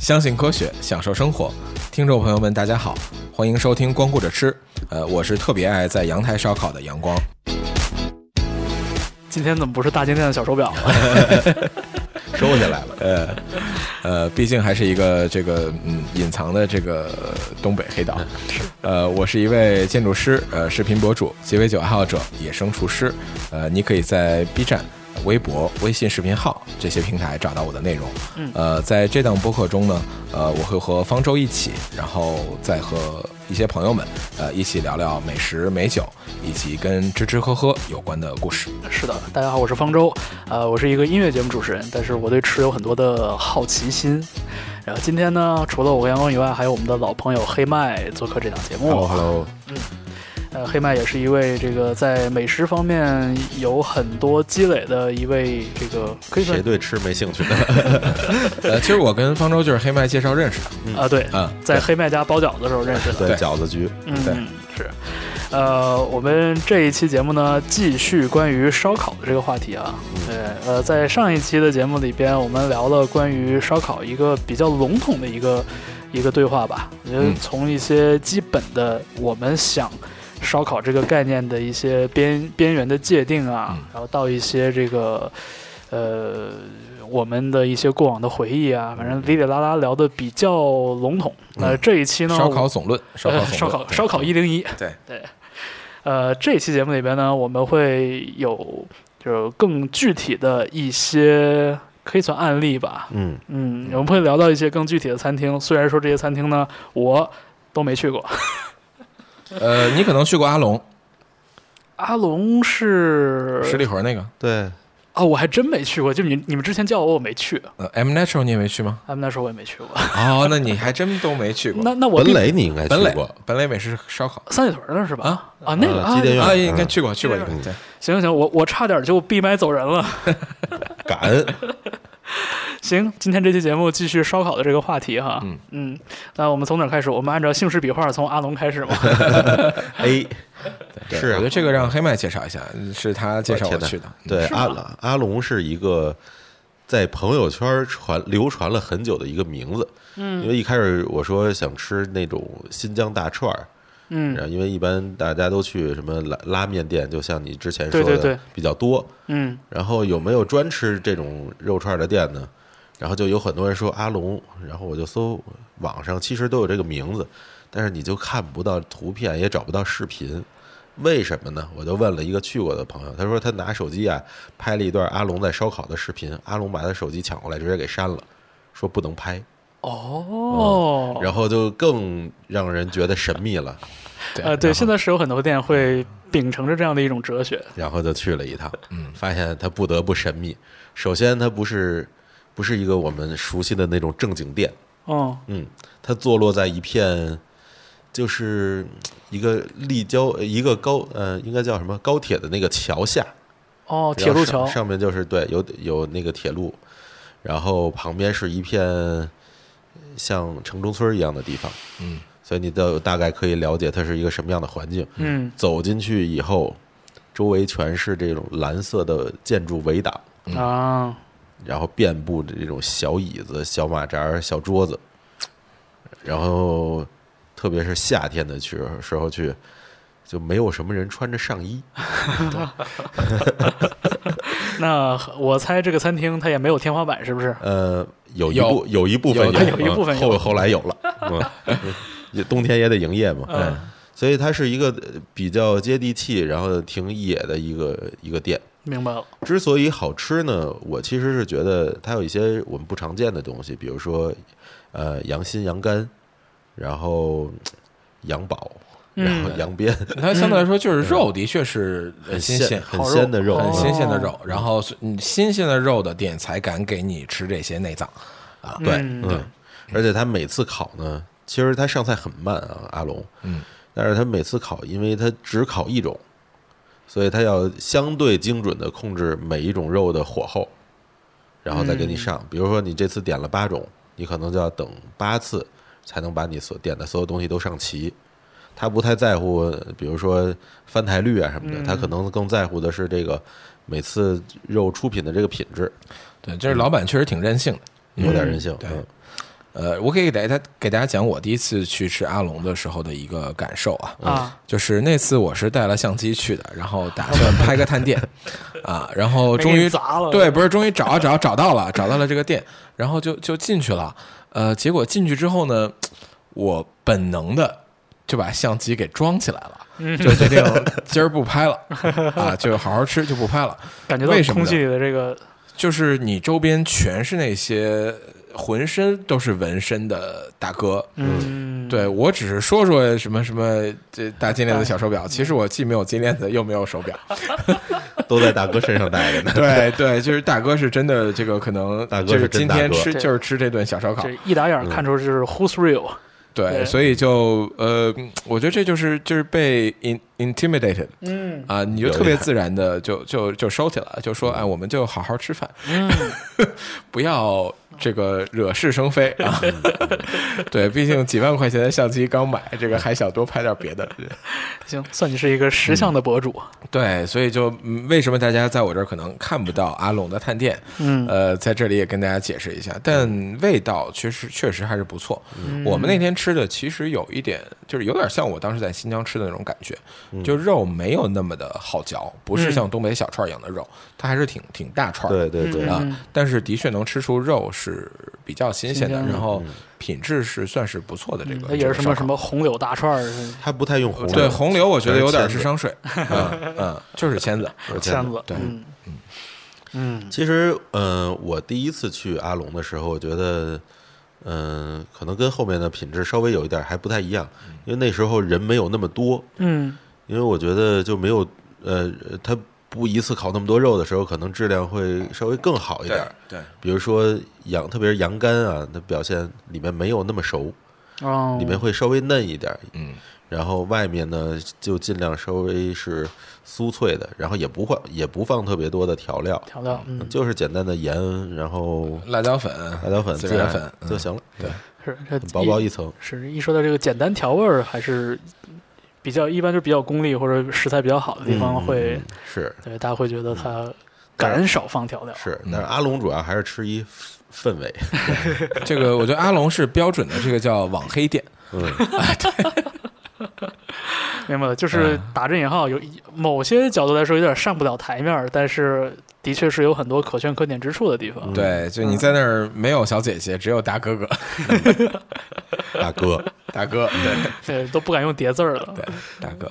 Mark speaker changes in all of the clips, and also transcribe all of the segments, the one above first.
Speaker 1: 相信科学，享受生活。听众朋友们，大家好，欢迎收听《光顾着吃》。呃，我是特别爱在阳台烧烤的阳光。
Speaker 2: 今天怎么不是大金链子小手表 了？
Speaker 3: 收起来了。
Speaker 1: 呃，呃，毕竟还是一个这个嗯隐藏的这个东北黑岛。呃，我是一位建筑师，呃，视频博主，鸡尾酒爱好者，野生厨师。呃，你可以在 B 站、微博、微信视频号这些平台找到我的内容。
Speaker 2: 嗯
Speaker 1: 呃，在这档播客中呢，呃，我会和方舟一起，然后再和一些朋友们，呃，一起聊聊美食、美酒，以及跟吃吃喝喝有关的故事。
Speaker 2: 是的，大家好，我是方舟，呃，我是一个音乐节目主持人，但是我对吃有很多的好奇心。然后今天呢，除了我和阳光以外，还有我们的老朋友黑麦做客这档节目。
Speaker 1: Hello，
Speaker 2: 呃，黑麦也是一位这个在美食方面有很多积累的一位这个可以算
Speaker 3: 谁对吃没兴趣的？
Speaker 1: 呃，其实我跟方舟就是黑麦介绍认识的。
Speaker 2: 啊、对，
Speaker 1: 嗯，
Speaker 2: 在黑麦家包饺子的时候认识的。
Speaker 3: 对
Speaker 1: 对
Speaker 3: 饺子局，
Speaker 2: 嗯
Speaker 1: 对，
Speaker 2: 是。呃，我们这一期节目呢，继续关于烧烤的这个话题啊。
Speaker 1: 嗯
Speaker 2: 对，呃，在上一期的节目里边，我们聊了关于烧烤一个比较笼统的一个一个对话吧。我觉得
Speaker 1: 嗯
Speaker 2: 从一些基本的我们想烧烤这个概念的一些边边缘的界定啊，
Speaker 1: 嗯
Speaker 2: 然后到一些这个呃我们的一些过往的回忆啊，反正哩哩啦啦聊的比较笼统。那、
Speaker 1: 嗯
Speaker 2: 这一期呢，
Speaker 1: 烧
Speaker 2: 我
Speaker 1: 烤总论，烧烤
Speaker 2: 呃
Speaker 1: 总论，
Speaker 2: 烧烤烧烤一零一，
Speaker 1: 对
Speaker 2: 对，呃，这一期节目里边呢，我们会有就是更具体的一些可以算案例吧，
Speaker 3: 嗯，
Speaker 2: 嗯，我们会聊到一些更具体的餐厅，虽然说这些餐厅呢，我都没去过。
Speaker 1: 呃，你可能去过阿龙
Speaker 2: 阿龙是
Speaker 1: 十里河那个，
Speaker 3: 对，
Speaker 2: 啊、我还真没去过。就你你们之前叫我，我没去。
Speaker 1: 呃，M Natural 你也没去 吗？
Speaker 2: 他们那时候我也没去过。
Speaker 1: 哦，那你还真都没去过。
Speaker 2: 那那我
Speaker 3: 本
Speaker 2: 比
Speaker 3: 垒你应该
Speaker 1: 本
Speaker 3: 去
Speaker 1: 垒
Speaker 3: 过，，
Speaker 1: 本垒美食烧烤
Speaker 2: 三里屯那儿是吧？啊啊，那个
Speaker 3: 呃
Speaker 2: 啊
Speaker 3: 机，电院
Speaker 1: 啊，应该去过，去过一个
Speaker 3: 嗯。
Speaker 1: 对，
Speaker 2: 行行，我我差点就闭麦走人了。
Speaker 3: 感恩
Speaker 2: 行，今天这期节目继续烧烤的这个话题哈。
Speaker 1: 嗯
Speaker 2: 那我们从哪儿开始？我们按照姓氏笔画从阿龙开 始嘛。
Speaker 3: A
Speaker 1: 对
Speaker 3: 是
Speaker 1: 我
Speaker 3: 啊
Speaker 1: 觉得这个让黑麦介绍一下，是他介绍我去的。
Speaker 3: 对阿阿龙是一个在朋友圈传流传了很久的一个名字，嗯，因为一开始我说想吃那种新疆大串儿。
Speaker 2: 嗯
Speaker 3: 然后因为一般大家都去什么拉拉面店，就像你之前
Speaker 2: 对
Speaker 3: 说
Speaker 2: 对对
Speaker 3: 的比较多，
Speaker 2: 嗯，
Speaker 3: 然后有没有专吃这种肉串的店呢？然后就有很多人说阿龙，然后我就搜网上其实都有这个名字，但是你就看不到图片，也找不到视频，为什么呢？我就问了一个去过的朋友，他说他拿手机啊拍了一段阿龙在烧烤的视频，阿龙把他手机抢过来直接给删了，说不能拍，
Speaker 2: 哦，
Speaker 3: 然后就更让人觉得神秘了，
Speaker 2: 呃，对，现在是有很多店会秉承着这样的一种哲学。
Speaker 3: 然后就去了一趟，嗯，发现它不得不神秘。首先，它不是不是一个我们熟悉的那种正经店，
Speaker 2: 嗯
Speaker 3: 嗯，它坐落在一片，就是嗯一个立交呃一个高呃，应该叫什么高铁的那个桥下，
Speaker 2: 哦，铁路桥
Speaker 3: 然后上上面就是对有有那个铁路，然后旁边是一片像城中村一样的地方，
Speaker 1: 嗯，
Speaker 3: 所以你都大概可以了解它是一个什么样的环境。
Speaker 2: 嗯
Speaker 3: 走进去以后，周围全是这种蓝色的建筑围挡，
Speaker 1: 嗯
Speaker 2: 啊，
Speaker 3: 然后遍布着这种小椅子、小马扎儿、小桌子，然后特别是夏天的去时候去，就没有什么人穿着上衣，
Speaker 2: 那我猜这个餐厅它也没有天花板，是不是？
Speaker 3: 呃，有一
Speaker 1: 有
Speaker 3: 部有一部分
Speaker 1: 有
Speaker 2: 有一部分
Speaker 3: 嗯
Speaker 2: 有
Speaker 3: 后后来有了， 嗯，也冬天也得营业嘛，
Speaker 2: 嗯
Speaker 3: 嗯，所以它是一个呃比较接地气，然后挺野的一个一个店。
Speaker 2: 明白了。
Speaker 3: 之所以好吃呢，我其实是觉得它有一些我们不常见的东西，比如说，呃，羊心、羊肝，然后嗯羊宝，然后羊鞭，
Speaker 1: 它相对来说就是肉，的确是呃
Speaker 3: 很
Speaker 1: 新鲜，
Speaker 3: 很
Speaker 2: 好肉
Speaker 3: 鲜的肉，啊
Speaker 1: 很新鲜的
Speaker 2: 哦
Speaker 1: 肉。然后是嗯新鲜的肉的店才敢给你吃这些内脏。啊
Speaker 3: 对，
Speaker 2: 嗯
Speaker 3: 嗯，而且他每次烤呢，其实他上菜很慢啊，阿龙，
Speaker 1: 嗯，
Speaker 3: 但是他每次烤，因为他只烤一种，所以他要相对精准的控制每一种肉的火候，然后再给你上。比如说你这次点了八种，你可能就要等八次才能把你所点的所有东西都上齐。他不太在乎，比如说翻台率啊什么的，他可能更在乎的是这个每次肉出品的这个品质，
Speaker 1: 对，就是老板确实挺任性的。
Speaker 3: 有点人性。
Speaker 1: 对
Speaker 3: 嗯
Speaker 1: 呃，我可以给大家给大家讲我第一次去吃阿龙的时候的一个感受啊，
Speaker 2: 啊，
Speaker 1: 就是那次我是带了相机去的，然后打算拍个探店啊，然后终
Speaker 2: 被
Speaker 1: 于
Speaker 2: 你砸了
Speaker 1: 对，不是终于找啊找找到了，找到了这个店，然后就就进去了。呃，结果进去之后呢，我本能的就把相机给装起来了，就决定今儿不拍了啊，就好好吃就不拍了。
Speaker 2: 感觉到
Speaker 1: 为什么
Speaker 2: 空
Speaker 1: 呢
Speaker 2: 气里的这个
Speaker 1: 就是你周边全是那些浑身都是纹身的大哥，
Speaker 2: 嗯，
Speaker 1: 对我只是说说什么什么这大金链子小手表，其实我既没有金链子又没有手 表。
Speaker 3: 都在大哥身上带着呢。
Speaker 1: 对对，就是大哥是真的，这个可能
Speaker 3: 大哥
Speaker 1: 就是是
Speaker 3: 真
Speaker 1: 今
Speaker 3: 大
Speaker 1: 天
Speaker 3: 哥
Speaker 1: 吃
Speaker 2: 对
Speaker 1: 就是吃这顿小烧烤
Speaker 2: 这，一打眼
Speaker 1: 嗯
Speaker 2: 儿看出就是 Who's real，
Speaker 1: 对，
Speaker 2: 对
Speaker 1: 所以就呃，我觉得这就是就是被 in intimidated
Speaker 2: 嗯
Speaker 1: 啊，你就
Speaker 3: 有一
Speaker 1: 特别
Speaker 3: 点嗯
Speaker 1: 自然的就就就收起来了，就说哎，我们就好好吃饭，
Speaker 2: 嗯，
Speaker 1: 不要这个惹是生非啊。
Speaker 3: 嗯
Speaker 1: 对，毕竟几万块钱的相机刚买，这个还想多拍点别的。
Speaker 2: 行，算你是一个识相的博主，
Speaker 1: 对，所以就嗯为什么大家在我这儿可能看不到阿龙的探店？
Speaker 2: 嗯
Speaker 1: 呃，在这里也跟大家解释一下，但味道确实确实还是不错。
Speaker 2: 嗯
Speaker 1: 我们那天吃的其实有一点，就是有点像我当时在新疆吃的那种感觉，
Speaker 2: 嗯
Speaker 1: 就肉没有那么的好嚼，不是像东北小串儿一样的
Speaker 2: 嗯
Speaker 1: 肉，它还是挺挺大串儿的
Speaker 3: 对对对，
Speaker 1: 啊，但是的确能吃出肉是比较新鲜的，
Speaker 2: 新疆的嗯
Speaker 1: 然后品质是算是不错的。这个
Speaker 2: 那也
Speaker 1: 这
Speaker 2: 是
Speaker 1: 个
Speaker 2: 什
Speaker 1: 烧
Speaker 2: 么什
Speaker 1: 烤嗯
Speaker 2: 么红柳大串儿，
Speaker 3: 他不太用红
Speaker 1: 对红柳，我觉得有点
Speaker 3: 全
Speaker 1: 智
Speaker 3: 是
Speaker 1: 商税，嗯嗯，就是签子，
Speaker 2: 签子，
Speaker 1: 对
Speaker 2: 嗯嗯
Speaker 3: 其实，嗯、我第一次去阿龙的时候，我觉得，嗯、可能跟后面的品质稍微有一点还不太一样，
Speaker 1: 嗯
Speaker 3: 因为那时候人没有那么多，
Speaker 2: 嗯
Speaker 3: 因为我觉得就没有，呃，他不一次烤那么多肉的时候，可能质量会稍微更好一点。
Speaker 1: 对
Speaker 3: 比如说羊，特别是羊肝啊，它表现里面没有那么熟，
Speaker 2: 哦，
Speaker 3: 里面会稍微嫩一点，
Speaker 1: 嗯，
Speaker 3: 然后外面呢就尽量稍微是酥脆的，然后也不放也不放特别多的调料，
Speaker 2: 调料，嗯
Speaker 3: 就是简单的盐，然后
Speaker 1: 辣椒粉，
Speaker 3: 辣椒粉、
Speaker 1: 嗯孜
Speaker 3: 孜
Speaker 1: 然
Speaker 3: 然
Speaker 1: 粉嗯
Speaker 3: 就行了，
Speaker 1: 对，
Speaker 2: 是这
Speaker 3: 很薄薄
Speaker 2: 一
Speaker 3: 一层。
Speaker 2: 是一说到这个简单调味儿，还是比较一般，就比较功利或者食材比较好的地
Speaker 3: 嗯
Speaker 2: 方会，
Speaker 3: 是
Speaker 2: 对大家会觉得它敢少放调料，
Speaker 1: 嗯
Speaker 3: 是，但是阿龙主要还是吃一氛围，
Speaker 1: 这个我觉得阿龙是标准的，这个叫网黑店，
Speaker 3: 嗯
Speaker 2: 明白了，就是打着引号，有一某些角度来说有点上不了台面儿，但是的确是有很多可圈可点之处的地方。
Speaker 1: 对，就你在那儿没有小姐姐，只有大哥哥，
Speaker 3: 大哥。
Speaker 1: 大哥，对
Speaker 2: 对，都不敢用叠字儿了。
Speaker 1: 对，大哥，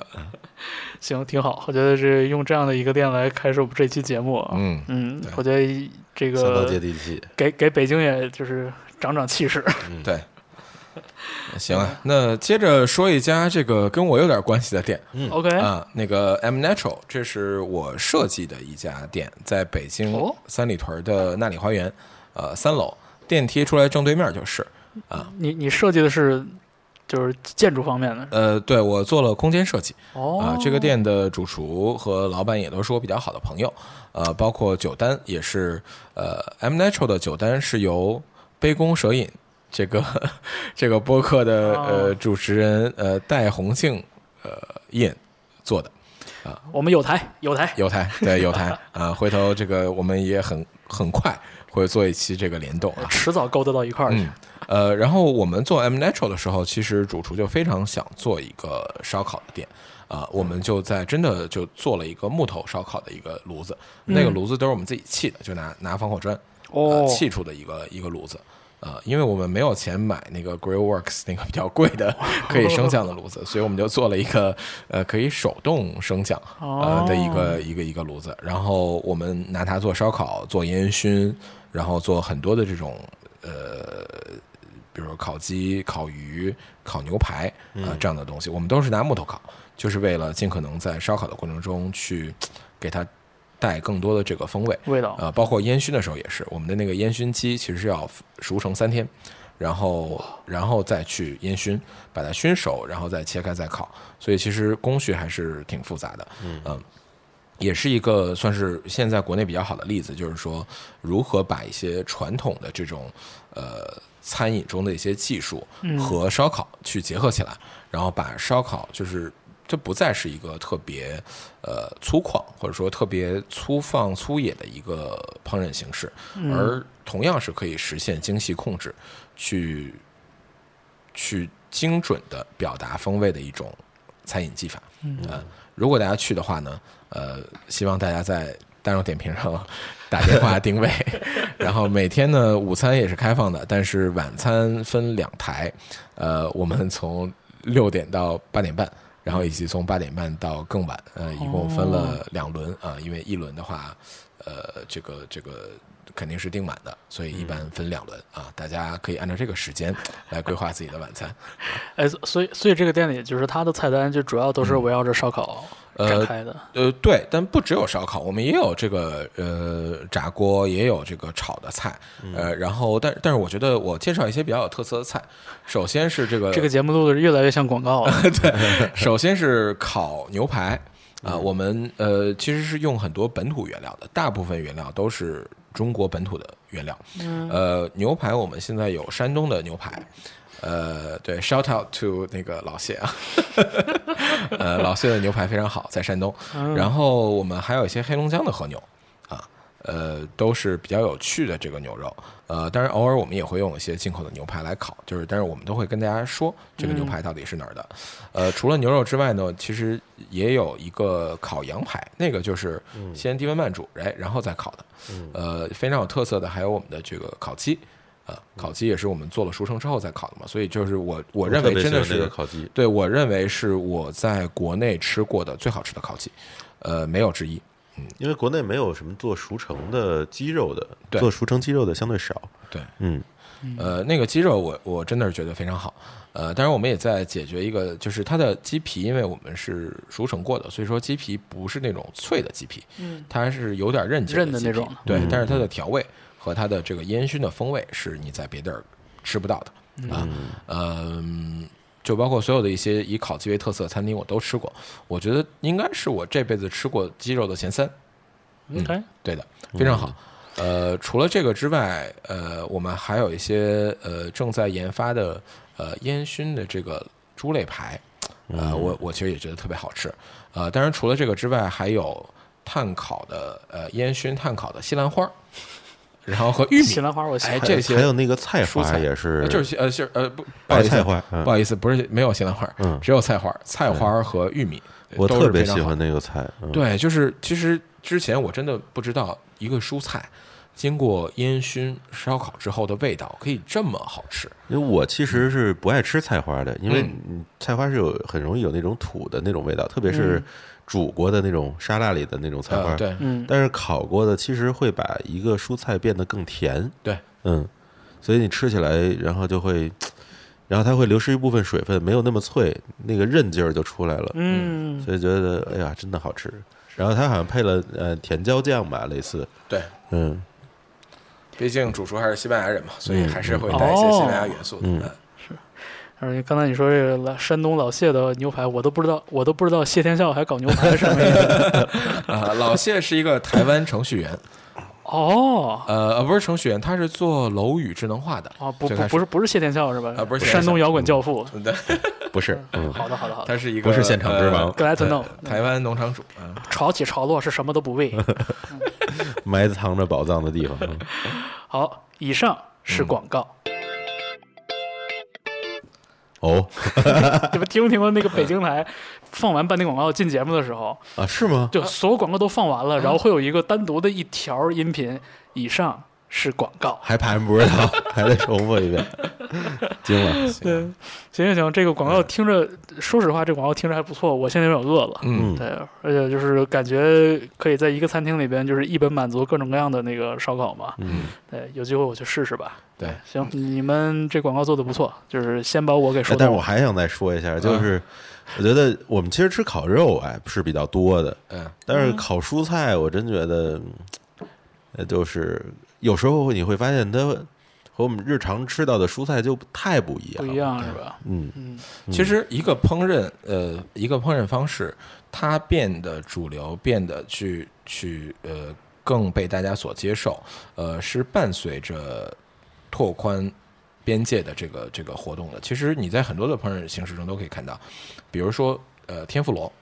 Speaker 2: 行，挺好，我觉得是用这样的一个店来开始我们这期节目啊。
Speaker 1: 嗯
Speaker 2: 嗯，我觉得这
Speaker 3: 相当接
Speaker 2: 个
Speaker 3: 地气，
Speaker 2: 给给北京也就是长长 气势。
Speaker 1: 对。行啊，那接着说一家这个跟我有点关系的店
Speaker 2: OK，
Speaker 1: 啊，那个 M Natural，这是我设计的一家店，在北京
Speaker 2: 哦
Speaker 1: 三里屯的那里花园，呃，三楼电梯出来正对面就是。
Speaker 2: 你你设计的是就是建筑方面的
Speaker 1: 呃，对我做了空间设计，
Speaker 2: 哦
Speaker 1: 啊，这个店的主厨和老板也都是我比较好的朋友，呃，包括酒单也是，呃，M Natural 的酒单是由杯弓蛇影这个 这个播客的呃
Speaker 2: 哦
Speaker 1: 主持人呃戴红杏呃印做的，
Speaker 2: 我们有台有台，
Speaker 1: 有台对有台啊，回头这个我们也很很快会做一期这个联动啊，
Speaker 2: 迟早勾搭到一块儿去
Speaker 1: 嗯。呃，然后我们做 M Natural 的时候，其实主厨就非常想做一个烧烤的店。啊、我们就在真的就做了一个木头烧烤的一个炉子，那个炉子都是我们自己砌的，就拿拿防火砖呃
Speaker 2: 哦
Speaker 1: 砌出的一个一个炉子，呃，因为我们没有钱买那个 Grillworks 那个比较贵的可以升降的炉子，所以我们就做了一个呃可以手动升降呃的一个一个一个炉子，然后我们拿它做烧烤、做烟熏，然后做很多的这种呃比如说烤鸡、烤鱼、烤牛排啊、这样的东西，我们都是拿木头烤，就是为了尽可能在烧烤的过程中去给它带更多的这个风味。
Speaker 2: 味道。
Speaker 1: 呃，包括烟熏的时候也是，我们的那个烟熏鸡其实是要熟成三天，然后然后再去烟熏，把它熏熟，然后再切开再烤，所以其实工序还是挺复杂的。嗯、也是一个算是现在国内比较好的例子，就是说如何把一些传统的这种呃餐嗯饮中的一些技术和烧烤去结合起来，然后把烧烤就是这不再是一个特别呃粗犷或者说特别粗放粗野的一个烹饪形式，而同样是可以实现精细控制，去去精准的表达风味的一种餐饮技法。嗯、如果大家去的话呢，呃，希望大家在大众点评上打电话定位， 然后每天呢午餐也是开放的，但是晚餐分两台，呃，我们从六点到八点半。然后以及从八点半到更晚，呃，一共分了两轮啊、因为一轮的话，呃，这个这个肯定是订满的，所以一般分两轮啊，大家可以按照这个时间来规划自己的晚餐。
Speaker 2: 哎，所以所以这个店里就是它的菜单就主要都是围绕着烧烤展开的。
Speaker 1: 嗯呃，对，但不只有烧烤，我们也有这个呃炸锅，也有这个炒的菜，呃，然后但但是我觉得我介绍一些比较有特色的菜，首先是这个
Speaker 2: 这个节目录的越来越像广告了。
Speaker 1: 首先是烤牛排啊、我们呃其实是用很多本土原料的，大部分原料都是中国本土的原料。呃，牛排我们现在有山东的牛排，呃，对，shout out to 那个老谢啊， 呃，老谢的牛排非常好，在山东。然后我们还有一些黑龙江的和牛啊，呃，都是比较有趣的这个牛肉。呃，当然偶尔我们也会用一些进口的牛排来烤，就是但是我们都会跟大家说这个牛排到底是哪儿的。呃，除了牛肉之外呢，其实也有一个烤羊排，那个就是
Speaker 3: 嗯
Speaker 1: 先低温慢煮，哎，然后再烤的。呃，非常有特色的还有我们的这个烤鸡。啊，烤鸡也是我们做了熟成之后再烤的嘛，所以就是我我认为
Speaker 3: 特别
Speaker 1: 真的
Speaker 3: 喜欢
Speaker 1: 是
Speaker 3: 那个烤鸡，
Speaker 1: 对我认为是我在国内吃过的最好吃的烤鸡，呃，没有之一。
Speaker 3: 因为国内没有什么做熟成的鸡肉的，
Speaker 1: 对
Speaker 3: 做熟成鸡肉的相对少。
Speaker 1: 对，
Speaker 3: 嗯，
Speaker 1: 呃，那个鸡肉我我真的是觉得非常好。呃，当然我们也在解决一个，就是它的鸡皮，因为我们是熟成过的，所以说鸡皮不是那种脆的鸡皮，
Speaker 2: 嗯，
Speaker 1: 它是有点韧劲儿
Speaker 2: 韧的
Speaker 1: 鸡皮
Speaker 2: 那种
Speaker 1: 对，
Speaker 3: 嗯
Speaker 1: 但是它的调味和它的这个烟熏的风味是你在别地儿吃不到的。啊，嗯，就包括所有的一些以烤鸡为特色的餐厅，我都吃过。我觉得应该是我这辈子吃过鸡肉的前三。嗯
Speaker 2: OK，
Speaker 1: 对的，非常好。
Speaker 3: 嗯
Speaker 1: 呃，除了这个之外，呃，我们还有一些呃正在研发的呃烟熏的这个猪肋排，
Speaker 3: 嗯
Speaker 1: 呃，我我其实也觉得特别好吃。呃，当然除了这个之外，还有炭烤的呃烟熏炭烤的西兰花儿， 然后和玉米
Speaker 2: 西。兰花我喜
Speaker 1: 哎，
Speaker 2: 欢。
Speaker 1: 这些
Speaker 3: 还有那个菜
Speaker 1: 蔬
Speaker 3: 花
Speaker 1: 菜
Speaker 3: 也是，
Speaker 1: 呃就是西呃是呃不不好
Speaker 3: 白
Speaker 1: 意思
Speaker 3: 菜花。嗯
Speaker 1: 不好意思，不是没有西兰花，
Speaker 3: 嗯
Speaker 1: 只有菜花，菜花和玉米，
Speaker 3: 我
Speaker 1: 都
Speaker 3: 特
Speaker 1: 是非
Speaker 3: 别
Speaker 1: 常
Speaker 3: 喜
Speaker 1: 好
Speaker 3: 欢那个菜。嗯，
Speaker 1: 对，就是其实之前我真的不知道一个蔬菜经过烟熏烧烤之后的味道可以这么好吃。
Speaker 3: 因为我其实是不爱吃菜花的，因为
Speaker 1: 嗯
Speaker 3: 你菜花是有很容易有那种土的那种味道，特别是煮过的那种沙拉里的那种菜花。
Speaker 1: 呃、嗯对
Speaker 2: 嗯，
Speaker 3: 但是烤过的其实会把一个蔬菜变得更甜。
Speaker 1: 对，
Speaker 3: 嗯，所以你吃起来，然后就会，然后它会流失一部分水分，没有那么脆，那个韧劲儿就出来了。
Speaker 2: 嗯，
Speaker 3: 所以觉得哎呀，真的好吃。然后它好像配了呃甜椒酱吧，类似，
Speaker 1: 对，
Speaker 3: 嗯，
Speaker 1: 毕竟主厨还是西班牙人嘛，所以还是会
Speaker 2: 嗯
Speaker 1: 带一些
Speaker 2: 哦
Speaker 1: 西班牙元素的。
Speaker 3: 嗯
Speaker 1: 呃
Speaker 2: 而且刚才你说这个老山东老谢的牛排，我都不知道，我都不知道谢天笑还搞牛排是什 么意思。
Speaker 1: 啊、老谢是一个台湾程序员，
Speaker 2: 哦，
Speaker 1: 呃，呃不是程序员，他是做楼宇智能化的。
Speaker 2: 哦，不
Speaker 1: 最
Speaker 2: 不
Speaker 1: 开始
Speaker 2: 不是不是谢天笑是吧？
Speaker 1: 啊不是谢天笑嗯
Speaker 2: 山东摇滚教父。
Speaker 1: 对，
Speaker 3: 不是，嗯，
Speaker 2: 好的好的好的
Speaker 1: 他是一个
Speaker 3: 不是现场之王
Speaker 1: 呃
Speaker 2: ，Glad to know
Speaker 1: 呃台湾农场主。嗯
Speaker 2: 潮起潮落是什么都 不为。
Speaker 3: 埋藏着宝藏的地方。嗯
Speaker 2: 好，以上是
Speaker 1: 嗯
Speaker 2: 广告。
Speaker 3: 哦
Speaker 2: 你们听没听过那个北京
Speaker 1: 嗯
Speaker 2: 台放完半天广告进节目的时候，
Speaker 3: 啊，是吗？
Speaker 2: 就所有广告都放完了，然
Speaker 1: 嗯
Speaker 2: 后会有一个单独的一条音频，以上是广告。
Speaker 3: 还盘不知道，还得重复一遍，惊了。
Speaker 2: 对，嗯行行行，这个广告听着，说实话，这广告听着还不错，我现在有点饿了。
Speaker 1: 嗯，
Speaker 2: 对，而且就是感觉可以在一个餐厅里边，就是一本满足各种各样的那个烧烤嘛。
Speaker 3: 嗯，
Speaker 2: 对，有机会我去试试吧。
Speaker 1: 对，
Speaker 2: 行，你们这广告做的不错，就是先把我给
Speaker 3: 哎
Speaker 2: 说
Speaker 3: 但是
Speaker 2: 到
Speaker 3: 我还想再说一下，就是我觉得我们其实吃烤肉哎是比较多的，
Speaker 1: 嗯，
Speaker 3: 但是烤蔬菜我真觉得，嗯呃，就是有时候你会发现它和我们日常吃到的蔬菜就太不一
Speaker 2: 不
Speaker 3: 样，
Speaker 2: 一。样是吧？
Speaker 3: 嗯，
Speaker 2: 嗯
Speaker 1: 其实一个烹饪，呃，一个烹饪方式，它变得主流，变得去去呃更被大家所接受，呃，是伴随着拓宽边界的这个这个活动的。其实你在很多的烹饪形式中都可以看到，比如说呃天妇罗，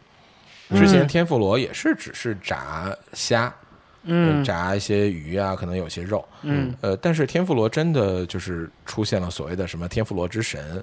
Speaker 1: 之前
Speaker 2: 嗯
Speaker 1: 天妇罗也是只是炸虾，
Speaker 2: 嗯
Speaker 1: 炸一些鱼啊，可能有些肉，
Speaker 2: 嗯
Speaker 1: 呃，但是天妇罗真的就是出现了所谓的什么天妇罗之神，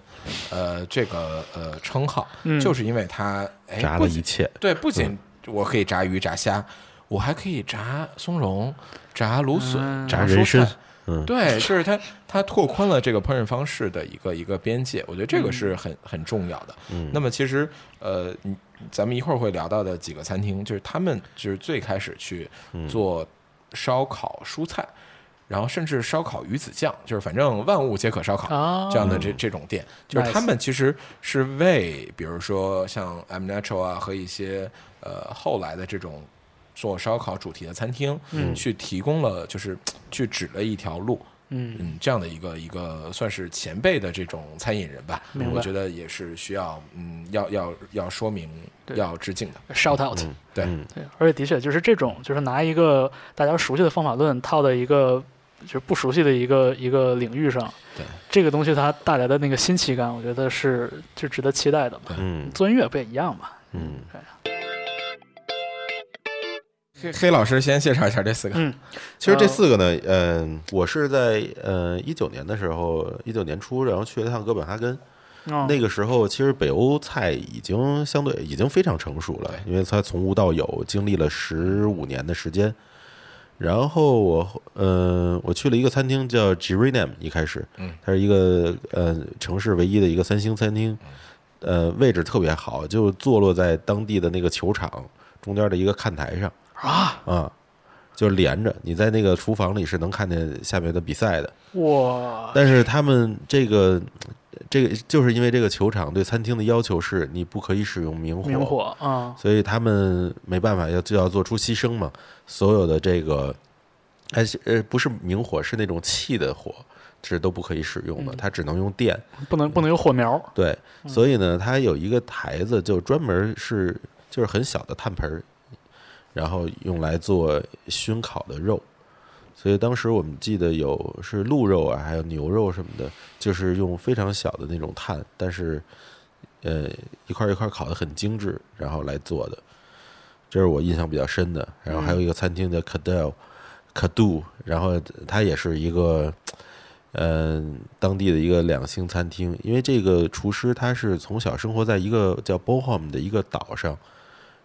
Speaker 1: 呃，这个呃称号，
Speaker 2: 嗯
Speaker 1: 就是因为它哎
Speaker 3: 炸
Speaker 1: 不
Speaker 3: 了
Speaker 1: 仅
Speaker 3: 一切，
Speaker 1: 对，不
Speaker 3: 嗯
Speaker 1: 仅我可以炸鱼、炸虾，我还可以炸松茸、炸芦笋、
Speaker 2: 嗯
Speaker 1: 炸
Speaker 3: 炸
Speaker 1: 蔬
Speaker 3: 人参
Speaker 1: 菜。
Speaker 3: 嗯
Speaker 1: 对，就是它，它拓宽了这个烹饪方式的一个一个边界，我觉得这个是很很重要的。
Speaker 3: 嗯
Speaker 1: 那么其实，呃，你咱们一会儿会聊到的几个餐厅，就是他们就是最开始去
Speaker 3: 嗯
Speaker 1: 做烧烤蔬菜，然后甚至烧烤鱼子酱，就是反正万物皆可烧烤。
Speaker 2: 啊
Speaker 1: 这样的这这种店，就是他们其实是为，比如说像 M Natural 啊和一些呃后来的这种做烧烤主题的餐厅，
Speaker 2: 嗯
Speaker 1: 去提供了就是去指了一条路，
Speaker 2: 嗯
Speaker 1: 嗯，这样的一个一个算是前辈的这种餐饮人吧
Speaker 2: 明，白
Speaker 1: 我觉得也是需要嗯要要要说明
Speaker 2: 对
Speaker 1: 要致敬的，
Speaker 2: shout out，
Speaker 1: 对，
Speaker 3: 嗯
Speaker 2: 对，而且的确就是这种，就是拿一个大家熟悉的方法论套到一个就是不熟悉的一个一个领域上，
Speaker 1: 对
Speaker 2: 这个东西它带来的那个新奇感，我觉得是就值得期待的嘛。
Speaker 3: 嗯
Speaker 2: 做音乐不也一样嘛？
Speaker 3: 嗯
Speaker 1: 黑
Speaker 3: 啊
Speaker 1: 黑老师先介绍一下这四个，
Speaker 2: 嗯
Speaker 3: 其实这四个呢，嗯、我是在呃一九年的时候，一九年初，然后去了趟哥本哈根。
Speaker 2: 哦
Speaker 3: 那个时候，其实北欧菜已经相对已经非常成熟了，因为它从无到有经历了十五年的时间。然后我，呃，我去了一个餐厅叫 g i r i n a m 一开始
Speaker 1: 嗯，
Speaker 3: 它是一个呃城市唯一的一个三星餐厅，
Speaker 2: 嗯
Speaker 3: 呃，位置特别好，就坐落在当地的那个球场中间的一个看台上。
Speaker 2: 啊，
Speaker 3: 啊，就是连着，你在那个厨房里是能看见下面的比赛的。
Speaker 2: 哇，
Speaker 3: 但是他们这个这个就是因为这个球场对餐厅的要求是你不可以使用明火，
Speaker 2: 明火啊，
Speaker 3: 所以他们没办法要就要做出牺牲嘛。所有的这个，哎呃不是明火，是那种气的火，是都不可以使用
Speaker 2: 嗯
Speaker 3: 的，它只能用电。
Speaker 2: 不能不能有火苗，
Speaker 3: 对，
Speaker 2: 嗯
Speaker 3: 所以呢，它有一个台子，就专门是就是很小的炭盆儿，然后用来做熏烤的肉。所以当时我们记得有是鹿肉啊，还有牛肉什么的，就是用非常小的那种炭，但是呃一块儿一块儿烤得很精致，然后来做的。这是我印象比较深的。然后还有一个餐厅叫 Cadel Cadu，然后它也是一个嗯、当地的一个两星餐厅，因为这个厨师他是从小生活在一个叫 Bohom 的一个岛上，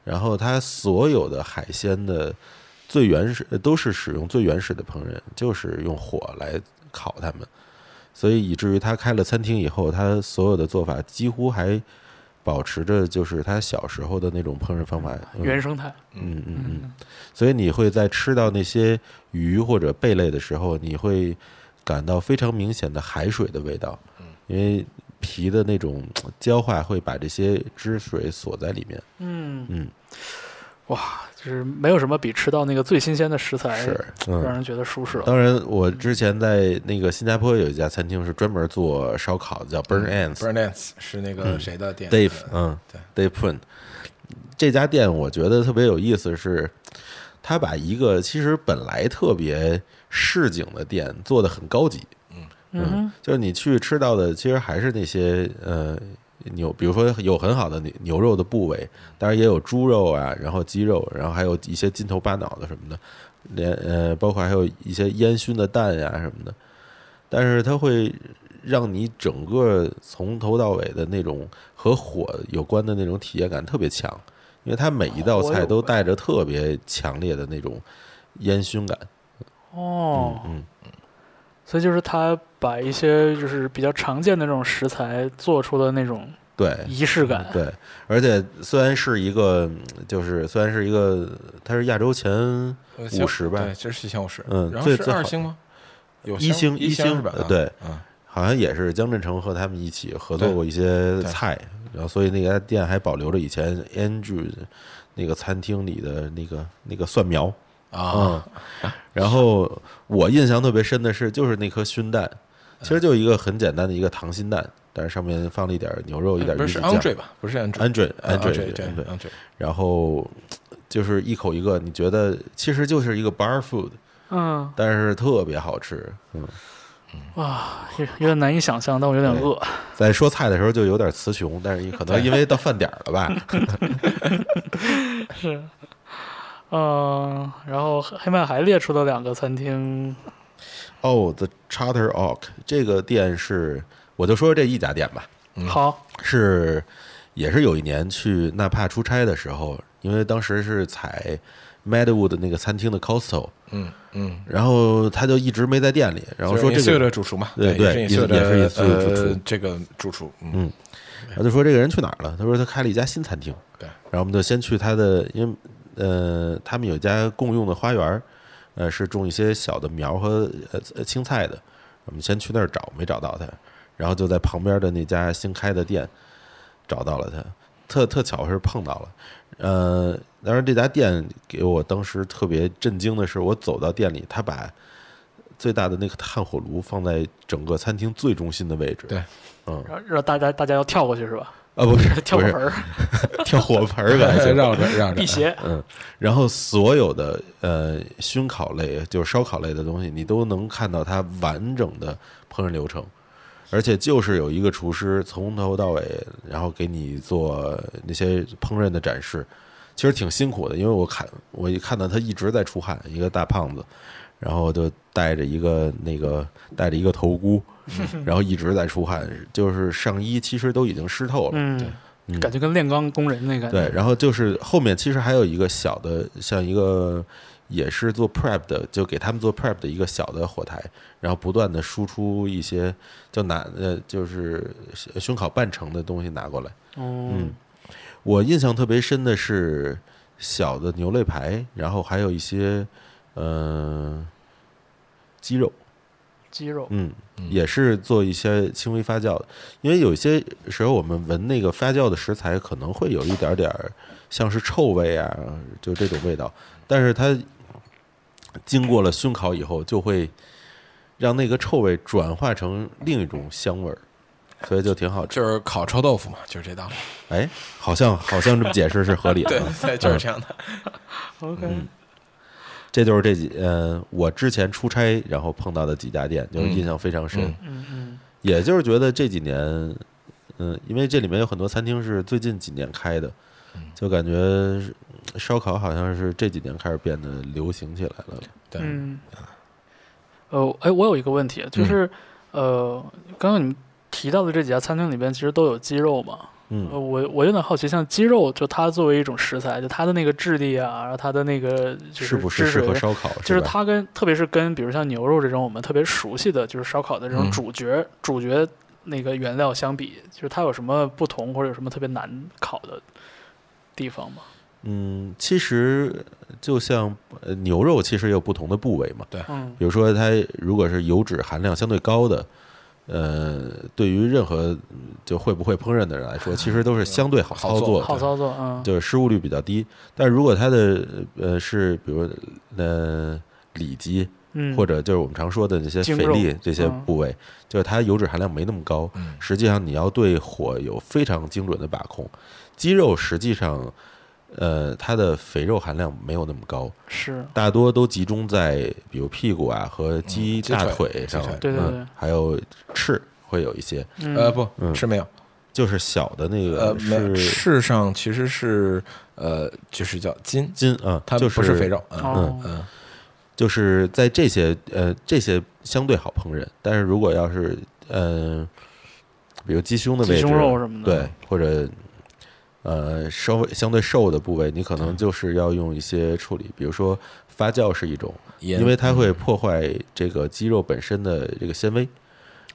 Speaker 3: 然后他所有的海鲜的最原始呃都是使用最原始的烹饪，就是用火来烤它们，所以以至于他开了餐厅以后，他所有的做法几乎还保持着就是他小时候的那种烹饪方法，嗯
Speaker 2: 原生态，
Speaker 3: 嗯嗯嗯，所以你会在吃到那些鱼或者贝类的时候，你会感到非常明显的海水的味道，因为皮的那种呃焦化会把这些汁水锁在里面。
Speaker 2: 嗯
Speaker 3: 嗯，
Speaker 2: 哇，就是没有什么比吃到那个最新鲜的食材
Speaker 3: 是，
Speaker 2: 让
Speaker 3: 嗯。
Speaker 2: 人觉得舒适了。
Speaker 3: 当然，我之前在那个新加坡有一家餐厅是专门做烧烤的，叫嗯 Burn Ends。
Speaker 1: Burnance 是那个谁的店
Speaker 3: Dave，
Speaker 1: 呃
Speaker 3: 嗯，Dave Poon。这家店我觉得特别有意思是，他把一个其实本来特别市井的店做的很高级，
Speaker 2: 嗯哼，
Speaker 3: 就是你去吃到的，其实还是那些呃牛，比如说有很好的牛牛肉的部位，当然也有猪肉啊，然后鸡肉，然后还有一些筋头巴脑的什么的，连呃包括还有一些烟熏的蛋呀、什么的，但是它会让你整个从头到尾的那种和火有关的那种体验感特别强，因为它每一道
Speaker 2: 火哦有
Speaker 3: 菜都
Speaker 2: 关
Speaker 3: 带着特别强烈的那种烟熏感，
Speaker 2: 哦，
Speaker 3: 嗯。
Speaker 2: 所以就是他把一些就是比较常见的这种食材做出了那种
Speaker 3: 对，
Speaker 2: 仪式感。
Speaker 3: 嗯对，而且虽然是一个，嗯就是虽然是一个，它是亚洲前
Speaker 1: 呃
Speaker 3: 五十吧
Speaker 1: 对，这是前五十，
Speaker 3: 嗯
Speaker 1: 然后
Speaker 3: 最
Speaker 1: 是
Speaker 3: 最
Speaker 1: 二
Speaker 3: 好
Speaker 1: 星吗？有
Speaker 3: 一星
Speaker 1: 一
Speaker 3: 一星
Speaker 1: 是吧
Speaker 3: 呃？
Speaker 1: 啊
Speaker 3: 对，
Speaker 1: 嗯，
Speaker 3: 好像也是江振成和他们一起合作
Speaker 1: 对
Speaker 3: 过一些
Speaker 1: 对
Speaker 3: 菜，然后所以那家店还保留了以前 Andrew 那个餐厅里的那个那个蒜苗
Speaker 1: 啊，
Speaker 3: 嗯然后我印象特别深的是，就是那颗熏蛋，其实就一个很简单的一个溏心蛋，但是上面放了一点牛肉，一点
Speaker 1: 嗯不
Speaker 3: 鱼
Speaker 1: 是是
Speaker 3: 子
Speaker 1: Andre
Speaker 3: 酱。
Speaker 1: 吧？不是 Andre，
Speaker 3: Andre
Speaker 1: 啊
Speaker 3: Andre
Speaker 1: 对
Speaker 3: Andre
Speaker 1: ，Andre，
Speaker 3: 然后就是一口一个，你觉得其实就是一个 bar food，
Speaker 2: 嗯，
Speaker 3: 但是特别好吃。嗯，
Speaker 2: 哇，有有点难以想象，但我有点饿。
Speaker 3: 在说菜的时候就有点词穷，但 是你可能因为到饭点儿了吧，
Speaker 2: 是，嗯，然后黑麦还列出了两个餐厅，
Speaker 3: 哦、t h e Charter Oak 这个店是，我就说这一家店吧，
Speaker 2: 好，
Speaker 3: 是也是有一年去纳帕出差的时候，因为当时是采 Madwood 那个餐厅的 Costo，
Speaker 1: 嗯嗯，
Speaker 3: 然后他就一直没在店里，然后说
Speaker 1: 就是
Speaker 3: 这
Speaker 1: Insue
Speaker 3: 个，
Speaker 1: 的主厨嘛，
Speaker 3: 对对
Speaker 1: 也是 Insue
Speaker 3: 也是
Speaker 1: 的
Speaker 3: Insue 的主厨
Speaker 1: 呃这个主厨，嗯
Speaker 3: 嗯然后就说这个人去哪儿了？他说他开了一家新餐厅，
Speaker 1: 对
Speaker 3: 然后我们就先去他的，因为呃，他们有一家共用的花园儿，呃，是种一些小的苗和呃呃青菜的。我们先去那儿找，没找到他，然后就在旁边的那家新开的店找到了他，特特巧是碰到了。呃，当然这家店给我当时特别震惊的是，我走到店里，他把最大的那个炭火炉放在整个餐厅最中心的位置。
Speaker 1: 对，
Speaker 3: 嗯，
Speaker 2: 让让大家大家要跳过去是吧？
Speaker 3: 啊，不是，
Speaker 2: 跳
Speaker 3: 不
Speaker 2: 个
Speaker 3: 是
Speaker 2: 盆儿，
Speaker 3: 跳火盆儿吧
Speaker 1: 绕着绕着
Speaker 2: 辟邪，
Speaker 3: 嗯，然后所有的呃熏烤类，就是烧烤类的东西，你都能看到它完整的烹饪流程，而且就是有一个厨师从头到尾，然后给你做那些烹饪的展示，其实挺辛苦的，因为我看我一看到他一直在出汗，一个大胖子，然后就戴着一个那个戴着一个头箍，然后一直在出汗，就是上衣其实都已经湿透了，
Speaker 2: 嗯，
Speaker 3: 嗯
Speaker 2: 感觉跟炼钢工人那感觉，
Speaker 3: 对，然后就是后面其实还有一个小的，像一个也是做 prep 的，就给他们做 prep 的一个小的火台，然后不断的输出一些，就拿呃就是熏烤半成的东西拿过来。
Speaker 2: 嗯，
Speaker 3: 我印象特别深的是小的牛肋排，然后还有一些呃鸡肉，
Speaker 2: 鸡肉，
Speaker 3: 嗯，也是做一些轻微发酵的，因为有些时候我们闻那个发酵的食材可能会有一点点儿像是臭味啊，就这种味道，但是它经过了熏烤以后，就会让那个臭味转化成另一种香味儿，所以就挺好吃。
Speaker 1: 就是烤臭豆腐嘛，就是这道理。嗯
Speaker 3: 哎，好像好像这么解释是合理的
Speaker 1: 对
Speaker 3: 啊，
Speaker 1: 对，就是这样的。
Speaker 3: 嗯
Speaker 2: OK，
Speaker 3: 这就是这几呃，我之前出差然后碰到的几家店，就是印象非常深。
Speaker 1: 嗯
Speaker 2: 嗯嗯，
Speaker 3: 也就是觉得这几年，嗯，因为这里面有很多餐厅是最近几年开的，
Speaker 2: 嗯
Speaker 3: 就感觉烧烤好像是这几年开始变得流行起来了。
Speaker 1: 对，
Speaker 2: 嗯，
Speaker 3: 啊
Speaker 2: 呃，哎，我有一个问题，
Speaker 3: 嗯
Speaker 2: 就是，呃，刚刚你们提到的这几家餐厅里边，其实都有鸡肉嘛？呃，
Speaker 3: 嗯，
Speaker 2: 我我有点好奇，像鸡肉，就它作为一种食材，就它的那个质地啊，然后它的那个就是
Speaker 3: 不是
Speaker 2: 汁
Speaker 3: 适
Speaker 2: 水
Speaker 3: 合烧烤？
Speaker 2: 就是是
Speaker 3: 吧，
Speaker 2: 它跟特别是跟比如像牛肉这种我们特别熟悉的，就是烧烤的这种
Speaker 1: 嗯
Speaker 2: 主角、主角那个原料相比，就是它有什么不同或者有什么特别难烤的地方吗？
Speaker 3: 嗯，其实就像呃牛肉，其实有不同的部位嘛。
Speaker 2: 嗯
Speaker 3: 比如说，它如果是油脂含量相对高的，呃，对于任何嗯就会不会烹饪的人来说，其实都是相对好
Speaker 1: 好
Speaker 3: 操
Speaker 1: 做
Speaker 3: 作的。
Speaker 2: 好操作，嗯，
Speaker 3: 就是失误率比较低。但如果它的呃是比如呃里脊
Speaker 2: 嗯，
Speaker 3: 或者就是我们常说的那些
Speaker 2: 精
Speaker 3: 肥
Speaker 2: 肉
Speaker 3: 力这些
Speaker 2: 嗯
Speaker 3: 部位，就是它油脂含量没那么高，
Speaker 1: 嗯
Speaker 3: 实际上你要对火有非常精准的把控。鸡肉实际上呃它的肥肉含量没有那么高，
Speaker 2: 是，
Speaker 3: 大多都集中在比如屁股啊和鸡
Speaker 1: 嗯鸡
Speaker 3: 大
Speaker 1: 腿
Speaker 3: 腿上
Speaker 1: 鸡腿，
Speaker 2: 对对
Speaker 3: 嗯
Speaker 2: 对
Speaker 3: 还有翅会有一些，
Speaker 2: 嗯、
Speaker 1: 呃，不
Speaker 3: 嗯
Speaker 1: 吃没有，
Speaker 3: 就是小的那
Speaker 1: 呃，
Speaker 3: 个
Speaker 1: 没有，
Speaker 3: 是
Speaker 1: 事上其实是呃，就是叫筋，
Speaker 3: 筋啊，
Speaker 1: 它
Speaker 3: 就
Speaker 1: 不是肥肉，嗯
Speaker 2: 哦
Speaker 1: 嗯
Speaker 3: 就是在这些呃这些相对好烹饪，但是如果要是呃，比如鸡胸的位
Speaker 2: 鸡
Speaker 3: 置，
Speaker 2: 胸肉什么的，
Speaker 3: 对，或者呃稍微相对瘦的部位，你可能就是要用一些处理，比如说发酵是一种，
Speaker 1: 腌
Speaker 3: 因为它会破坏这个鸡肉本身的这个纤维，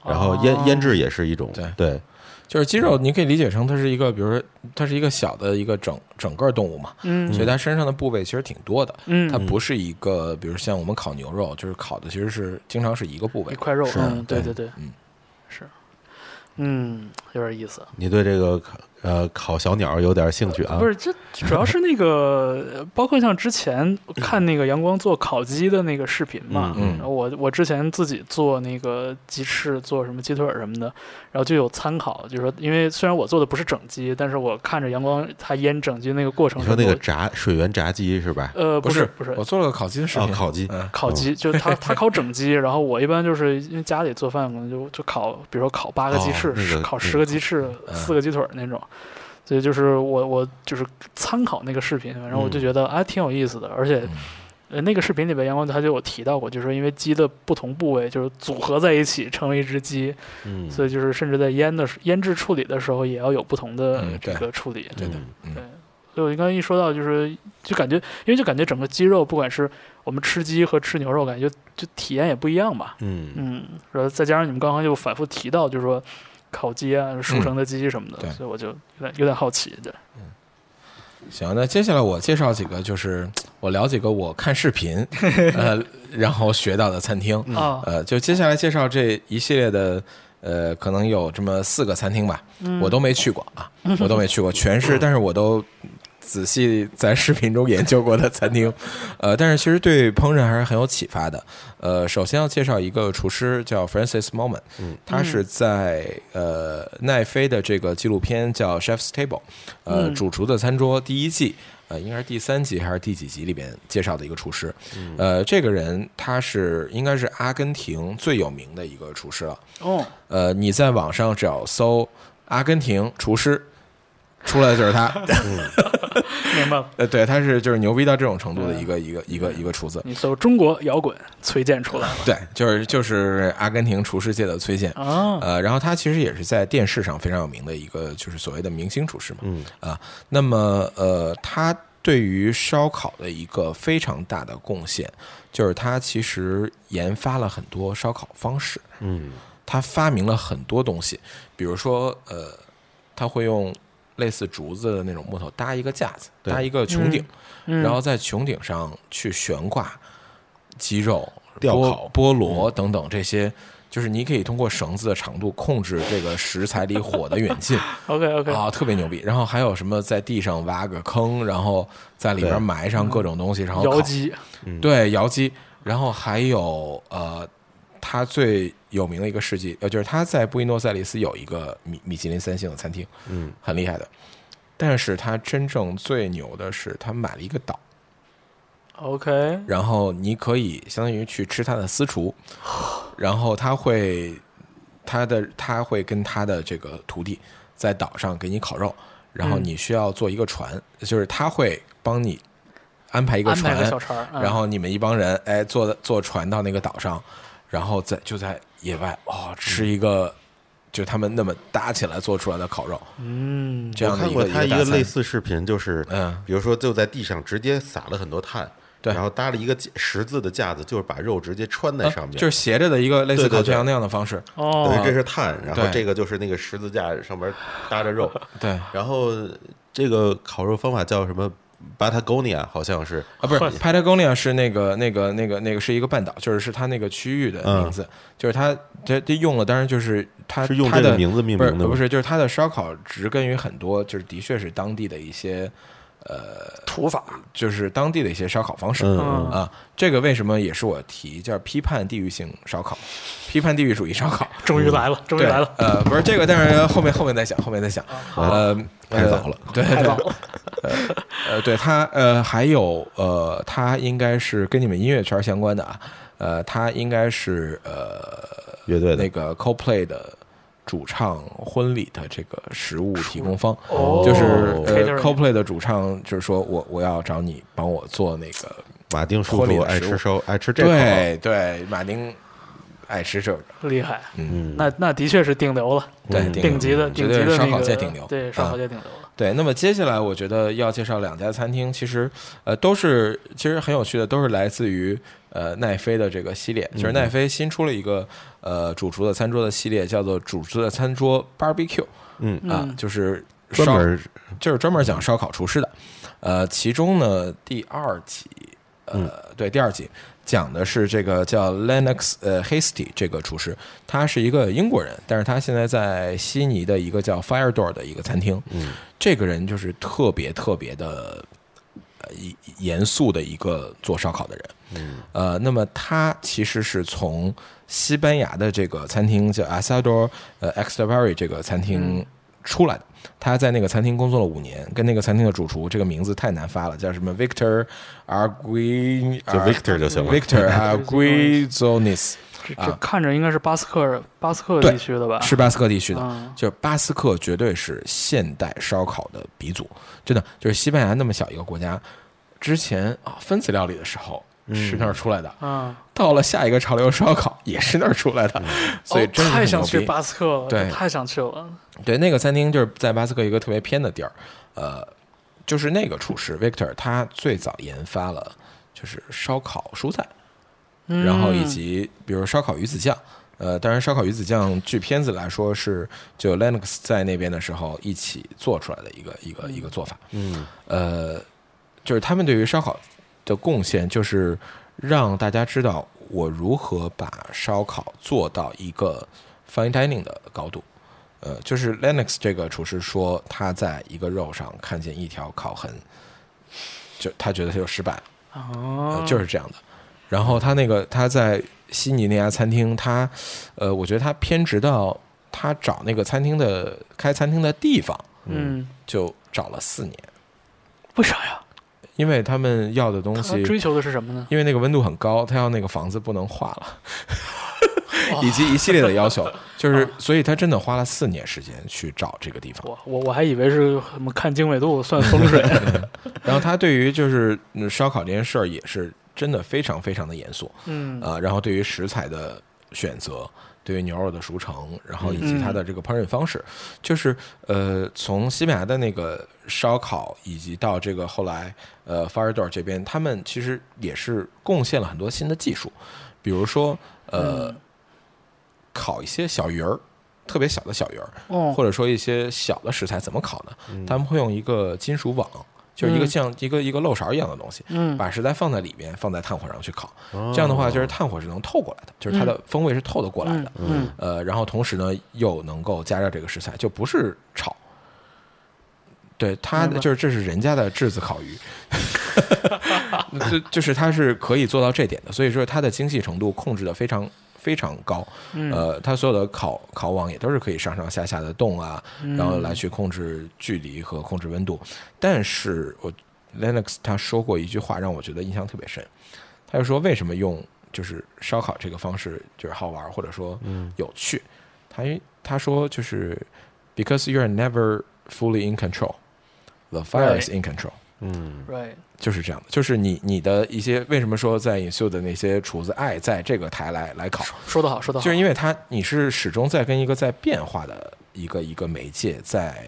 Speaker 2: 哦，
Speaker 3: 然后腌、腌制也是一种，
Speaker 1: 对
Speaker 3: 对
Speaker 1: 就是鸡肉，你可以理解成它是一个，比如说它是一个小的一个整整个动物嘛，
Speaker 2: 嗯，
Speaker 1: 所以它身上的部位其实挺多的。
Speaker 2: 嗯
Speaker 1: 它不是一个，比如像我们烤牛肉，就是烤的其实是经常是一个部
Speaker 2: 一
Speaker 1: 位。
Speaker 2: 块肉，
Speaker 1: 是
Speaker 2: 啊嗯，对
Speaker 1: 对
Speaker 2: 对，
Speaker 1: 嗯
Speaker 2: 是，嗯，有点意思。
Speaker 3: 你对这个烤呃烤小鸟有点兴趣啊
Speaker 2: 不？是，这主要是那个，呃包括像之前看那个阳光做烤鸡的那个视频嘛，
Speaker 1: 嗯嗯
Speaker 2: 然后我我之前自己做那个鸡翅，做什么鸡腿儿什么的，然后就有参考，就是说，因为虽然我做的不是整鸡，但是我看着阳光他腌整鸡那个过程
Speaker 3: 你
Speaker 2: 中，
Speaker 3: 说那个炸水源炸鸡是吧？
Speaker 2: 我呃
Speaker 1: 不
Speaker 2: 是
Speaker 1: 不我做了个烤鸡的视
Speaker 3: 啊，
Speaker 1: 频，
Speaker 3: 烤鸡，
Speaker 1: 嗯
Speaker 2: 烤
Speaker 3: 哦
Speaker 2: 鸡，就是他他烤整鸡，然后我一般就是因为家里做饭，可能就就烤，比如说烤八个鸡翅，
Speaker 3: 哦那个
Speaker 2: 烤十个鸡翅，
Speaker 1: 嗯
Speaker 2: 四个鸡腿儿那种。所以就是我我就是参考那个视频，反正我
Speaker 3: 嗯
Speaker 2: 就觉得啊挺有意思的，而且
Speaker 1: 嗯。
Speaker 2: 呃，那个视频里边，阳光他就有提到过，就是说因为鸡的不同部位就是组合在一起成为一只鸡，
Speaker 3: 嗯，
Speaker 2: 所以就是甚至在腌的时腌制处理的时候也要有不同的
Speaker 1: 嗯
Speaker 2: 这
Speaker 1: 对
Speaker 2: 个处理。
Speaker 3: 对的，
Speaker 2: 所以我刚才一说到，就是就感觉，因为就感觉整个鸡肉，不管是我们吃鸡和吃牛肉，感觉就就体验也不一样吧。
Speaker 3: 嗯
Speaker 2: 嗯，然后再加上你们刚刚又反复提到，就是说烤鸡啊、熟成的鸡什么的，
Speaker 1: 嗯对
Speaker 2: 所以我就有点有点好奇。对，
Speaker 1: 行，那接下来我介绍几个，就是我聊几个我看视频，呃，然后学到的餐厅。
Speaker 2: 啊，
Speaker 1: 呃，就接下来介绍这一系列的，呃，可能有这么四个餐厅吧，我都没去过啊，我都没去过，全是，但是我都仔细在视频中研究过的餐厅， 呃，但是其实对烹饪还是很有启发的。呃，首先要介绍一个厨师叫 Francis Moment，
Speaker 3: 嗯
Speaker 1: 他是在呃奈飞的这个纪录片叫《Chef's Table》，呃，
Speaker 2: 嗯
Speaker 1: 主厨的餐桌第一季。呃，应该是第三集还是第几集里边介绍的一个厨师，呃，这个人他是应该是阿根廷最有名的一个厨师了，
Speaker 2: 哦，
Speaker 1: 呃，你在网上只要搜阿根廷厨师，出来的就是他。
Speaker 2: 明白了。
Speaker 1: 呃，对，他是就是牛逼到这种程度的一个一个一个一个厨子。
Speaker 2: 你搜中国摇滚崔健出来了
Speaker 1: 对，就是就是阿根廷厨师界的崔健。
Speaker 3: 嗯
Speaker 2: 啊，
Speaker 1: 呃，然后他其实也是在电视上非常有名的一个，就是所谓的明星厨师嘛。
Speaker 3: 嗯
Speaker 1: 啊，那么呃，他对于烧烤的一个非常大的贡献，就是他其实研发了很多烧烤方式。
Speaker 3: 嗯
Speaker 1: 他发明了很多东西，比如说，呃，他会用类似竹子的那种木头搭一个架子，
Speaker 3: 对
Speaker 1: 搭一个穹顶，
Speaker 2: 嗯
Speaker 1: 然后在穹顶上去悬挂鸡肉、
Speaker 3: 吊
Speaker 1: 菠
Speaker 3: 烤
Speaker 1: 菠萝等等这些，就是你可以通过绳子的长度控制这个食材离火的远 近
Speaker 2: OK OK，
Speaker 1: 啊，特别牛逼。然后还有什么在地上挖个坑，然后在里边
Speaker 3: 对
Speaker 1: 埋上各种东西，然后
Speaker 2: 摇
Speaker 1: 烤
Speaker 2: 鸡，
Speaker 1: 对，姚姬，然后还有呃，他最有名的一个事迹，呃，就是他在布宜诺赛利斯有一个米米其林三星的餐厅，
Speaker 3: 嗯，
Speaker 1: 很厉害的。但是他真正最牛的是，他买了一个岛，
Speaker 2: OK，
Speaker 1: 然后你可以相当于去吃他的私 厨，然后他会他的他会跟他的这个徒弟在岛上给你烤肉，然后
Speaker 2: 嗯
Speaker 1: 你需要坐一个船，就是他会帮你安排一个
Speaker 2: 安
Speaker 1: 船，
Speaker 2: 排个小船儿，嗯
Speaker 1: 然后你们一帮人哎坐坐船到那个岛上，然后在就在野外哦吃一个，就他们那么搭起来做出来的烤肉，
Speaker 2: 嗯，
Speaker 1: 这样
Speaker 3: 我
Speaker 1: 的
Speaker 3: 看
Speaker 1: 一
Speaker 3: 过
Speaker 1: 个
Speaker 3: 他
Speaker 1: 一
Speaker 3: 一
Speaker 1: 大
Speaker 3: 个
Speaker 1: 餐
Speaker 3: 类似视频，就是
Speaker 1: 嗯
Speaker 3: 比如说就在地上直接撒了很多炭，
Speaker 1: 对
Speaker 3: 然后搭了一个架十字的架子，就是把肉直接穿在
Speaker 1: 啊
Speaker 3: 上面，
Speaker 1: 就是斜着的一个类似
Speaker 3: 对对
Speaker 1: 烤全
Speaker 3: 对
Speaker 1: 羊那样的方式，
Speaker 3: 等
Speaker 2: 哦
Speaker 3: 于这是炭，然后
Speaker 1: 对
Speaker 3: 这个就是那个十字架上面搭着肉，
Speaker 1: 对
Speaker 3: 然后这个烤肉方法叫什么？Patagonia 好像是，
Speaker 1: 啊，不是
Speaker 2: 换
Speaker 1: Patagonia 是那个那个那个那个是一个半岛，就是是它那个区域的名字，就是它这这用了，当然就是它
Speaker 3: 嗯是用
Speaker 1: 它
Speaker 3: 这个
Speaker 1: 的
Speaker 3: 名字命
Speaker 1: 不是
Speaker 3: 名的
Speaker 1: 不
Speaker 3: 吗？
Speaker 1: 是，就是它的烧烤植根于很多，就是的确是当地的一些
Speaker 2: 土法，
Speaker 1: 就是当地的一些烧烤方式，
Speaker 3: 嗯
Speaker 2: 嗯
Speaker 1: 啊，这个为什么也是我提，叫批判地域性烧烤，批判地域主义烧烤。
Speaker 2: 终于来了，终于
Speaker 1: 嗯对，
Speaker 2: 来了，啊
Speaker 1: 呃，不是这个，但是后面后面再想，后面再想。呃，
Speaker 3: 太早了
Speaker 1: 呃，对
Speaker 2: 太早
Speaker 1: 对
Speaker 2: 了，
Speaker 1: 呃，对他呃，还有呃，他应该是跟你们音乐圈相关的啊，呃，他应该是呃
Speaker 3: 乐队
Speaker 1: 那
Speaker 3: 的，
Speaker 1: 个 CoPlay 的主唱婚礼的这个食物提供方，
Speaker 2: 哦
Speaker 1: 就是呃
Speaker 2: catering
Speaker 1: CoPlay 的主唱就是说我我要找你帮我做那个
Speaker 3: 马丁叔
Speaker 1: 脱离
Speaker 3: 叔
Speaker 1: 了
Speaker 3: 爱
Speaker 1: 食物
Speaker 3: 吃烧，爱吃这口，
Speaker 1: 对对，马丁爱吃这个，
Speaker 2: 厉害，
Speaker 3: 嗯，
Speaker 2: 那那的确是顶流了，
Speaker 1: 对，
Speaker 3: 嗯
Speaker 1: 顶
Speaker 2: 顶
Speaker 1: 流
Speaker 2: 级的
Speaker 1: 绝
Speaker 2: 顶级
Speaker 1: 对
Speaker 2: 的
Speaker 1: 是烧
Speaker 2: 那
Speaker 1: 烤
Speaker 2: 个
Speaker 1: 界顶流，
Speaker 2: 对，烧烤
Speaker 1: 啊
Speaker 2: 界顶流了，
Speaker 1: 对，那么接下来我觉得要介绍两家餐厅，其实呃都是其实很有趣的，都是来自于呃奈飞的这个系列，
Speaker 3: 嗯
Speaker 1: 就是奈飞新出了一个呃主厨的餐桌的系列，叫做主厨的餐桌 Barbecue
Speaker 3: 嗯，
Speaker 1: 啊
Speaker 2: 嗯，
Speaker 1: 就是
Speaker 3: 专
Speaker 1: 烧
Speaker 3: 门
Speaker 1: 就是专门讲烧烤厨师的。呃，其中呢第二集呃，
Speaker 3: 嗯
Speaker 1: 对，第二集讲的是这个叫 Lennox 呃 Hasty 这个厨师，他是一个英国人，但是他现在在悉尼的一个叫 Fire Door 的一个餐厅。嗯，这个人就是特别特别的呃严严肃的一个做烧烤的人。嗯，呃，那么他其实是从西班牙的这个餐厅叫 Asador 呃 Extavari 这个餐厅出来的。他在那个餐厅工作了五年，跟那个餐厅的主厨，这个名字太难发了，叫什么 Victor Argui，
Speaker 3: 就 Victor 就行了
Speaker 1: Victor Arguizonis
Speaker 2: 这这
Speaker 1: 啊
Speaker 2: 看着应该是巴斯克巴斯克
Speaker 1: 对
Speaker 2: 地区的吧？
Speaker 1: 是巴斯克地区的，
Speaker 2: 嗯
Speaker 1: 就是巴斯克绝对是现代烧烤的鼻祖，真的就是西班牙那么小一个国家，之前啊分子料理的时候是那儿出来的，
Speaker 2: 嗯，
Speaker 1: 到了下一个潮流烧烤也是那儿出来的，所以
Speaker 2: 哦
Speaker 1: 真的
Speaker 2: 太
Speaker 1: 很
Speaker 2: 想
Speaker 1: 牛
Speaker 2: 去
Speaker 1: 逼
Speaker 2: 巴斯克了，
Speaker 1: 对哦
Speaker 2: 太想去了。
Speaker 1: 对，那个餐厅就是在巴斯克一个特别偏的地儿，呃，就是那个厨师 Victor，他最早研发了就是烧烤蔬菜，
Speaker 2: 嗯
Speaker 1: 然后以及比如烧烤鱼子酱。呃，当然，烧烤鱼子酱据片子来说是就 Lennox 在那边的时候一起做出来的一个一个一个做法。
Speaker 3: 嗯
Speaker 1: 呃，就是他们对于烧烤的贡献，就是让大家知道我如何把烧烤做到一个 fine dining 的高度。呃，就是 Lennox 这个厨师说，他在一个肉上看见一条烤痕，就他觉得他就失败了。
Speaker 2: 哦
Speaker 1: 呃，，就是这样的。然后他那个他在悉尼那家餐厅，他呃，我觉得他偏执到他找那个餐厅的开餐厅的地方，
Speaker 2: 嗯，
Speaker 1: 就找了四年，
Speaker 2: 为啥呀？
Speaker 1: 因为他们要的
Speaker 2: 他
Speaker 1: 东西，
Speaker 2: 追求的是什么呢？
Speaker 1: 因为那个温度很高，他要那个房子不能化了， 以及一系列的要求，就是
Speaker 2: 啊
Speaker 1: 所以他真的花了四年时间去找这个地方。
Speaker 2: 我我我还以为是什么看经纬度算 风水，
Speaker 1: 然后他对于就是嗯烧烤这件事儿也是真的非常非常的严肃，
Speaker 2: 嗯
Speaker 1: 啊，然后对于食材的选择，对于牛肉的熟成，然后以及它的这个烹饪方式，就是呃，从西班牙的那个烧烤，以及到这个后来呃 f a r d o r 这边，他们其实也是贡献了很多新的技术，比如说呃，烤一些小鱼儿，特别小的小鱼儿，
Speaker 2: 哦
Speaker 1: 或者说一些小的食材怎么烤呢？他们会用一个金属网，就是一个
Speaker 2: 嗯
Speaker 1: 像一个一个漏勺一样的东西，
Speaker 2: 嗯哦
Speaker 1: 把食材放在里面，放在炭火上去烤。这样的话，就是炭火是能透过来的，就是它的风味是透得过来的。
Speaker 2: 嗯嗯
Speaker 1: 呃，然后同时呢，又能够加热这个食材，就不是炒。对，它
Speaker 2: 明白
Speaker 1: 就是这是人家的炙子烤 鱼，就就是它是可以做到这点的，所以说它的精细程度控制的非常非常高。
Speaker 2: 嗯
Speaker 1: 呃，它所有的烤烤网也都是可以上上下下的动啊，
Speaker 2: 嗯
Speaker 1: 然后来去控制距离和控制温度。但是我 Linux 他说过一句话让我觉得印象特别深，他就说为什么用就是烧烤这个方式就是好玩或者说有趣，他因为他说就是 because you are never fully in control。The fire is in control，、
Speaker 3: 嗯
Speaker 2: ，right，
Speaker 1: 就是这样的，就是你你的一些为什么说在尹秀的那些厨子爱在这个台来来烤，
Speaker 2: 说得好，说得好，
Speaker 1: 就是因为它你是始终在跟一个在变化的一个一个媒介在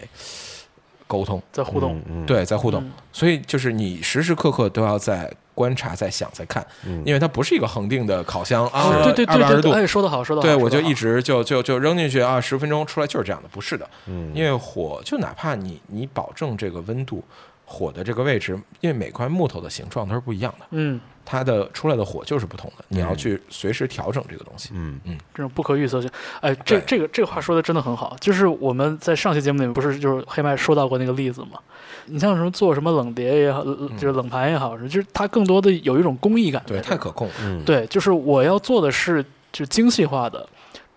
Speaker 1: 沟通，
Speaker 2: 在互动，
Speaker 3: 嗯，
Speaker 1: 对，在互动
Speaker 2: 嗯，
Speaker 1: 所以就是你时时刻刻都要在观察、在想、在看，因为它不是一个恒定的烤箱啊，
Speaker 2: 嗯对对
Speaker 1: 二百二
Speaker 2: 对
Speaker 1: 十
Speaker 2: 对，
Speaker 1: 度。
Speaker 2: 哎，说得好，说得好，
Speaker 1: 对，
Speaker 2: 说得
Speaker 1: 我就
Speaker 2: 好
Speaker 1: 一直就就就扔进去啊，十分钟出来就是这样的，不是的，
Speaker 3: 嗯
Speaker 1: 因为火就哪怕你你保证这个温度，火的这个位置，因为每块木头的形状都是不一样的，
Speaker 2: 嗯，
Speaker 1: 它的出来的火就是不同的，你要去随时调整这个东西。
Speaker 3: 嗯
Speaker 2: 这种不可预测性，哎，这
Speaker 1: 对
Speaker 2: 这个这个话说的真的很好。就是我们在上期节目里面不是就是黑麦说到过那个例子嘛？你像什么做什么冷碟也好，呃就是冷盘也好，就是它更多的有一种工艺感在
Speaker 1: 嗯对，
Speaker 2: 这儿。
Speaker 1: 太可控了。
Speaker 3: 嗯，
Speaker 2: 对，就是我要做的是就精细化的、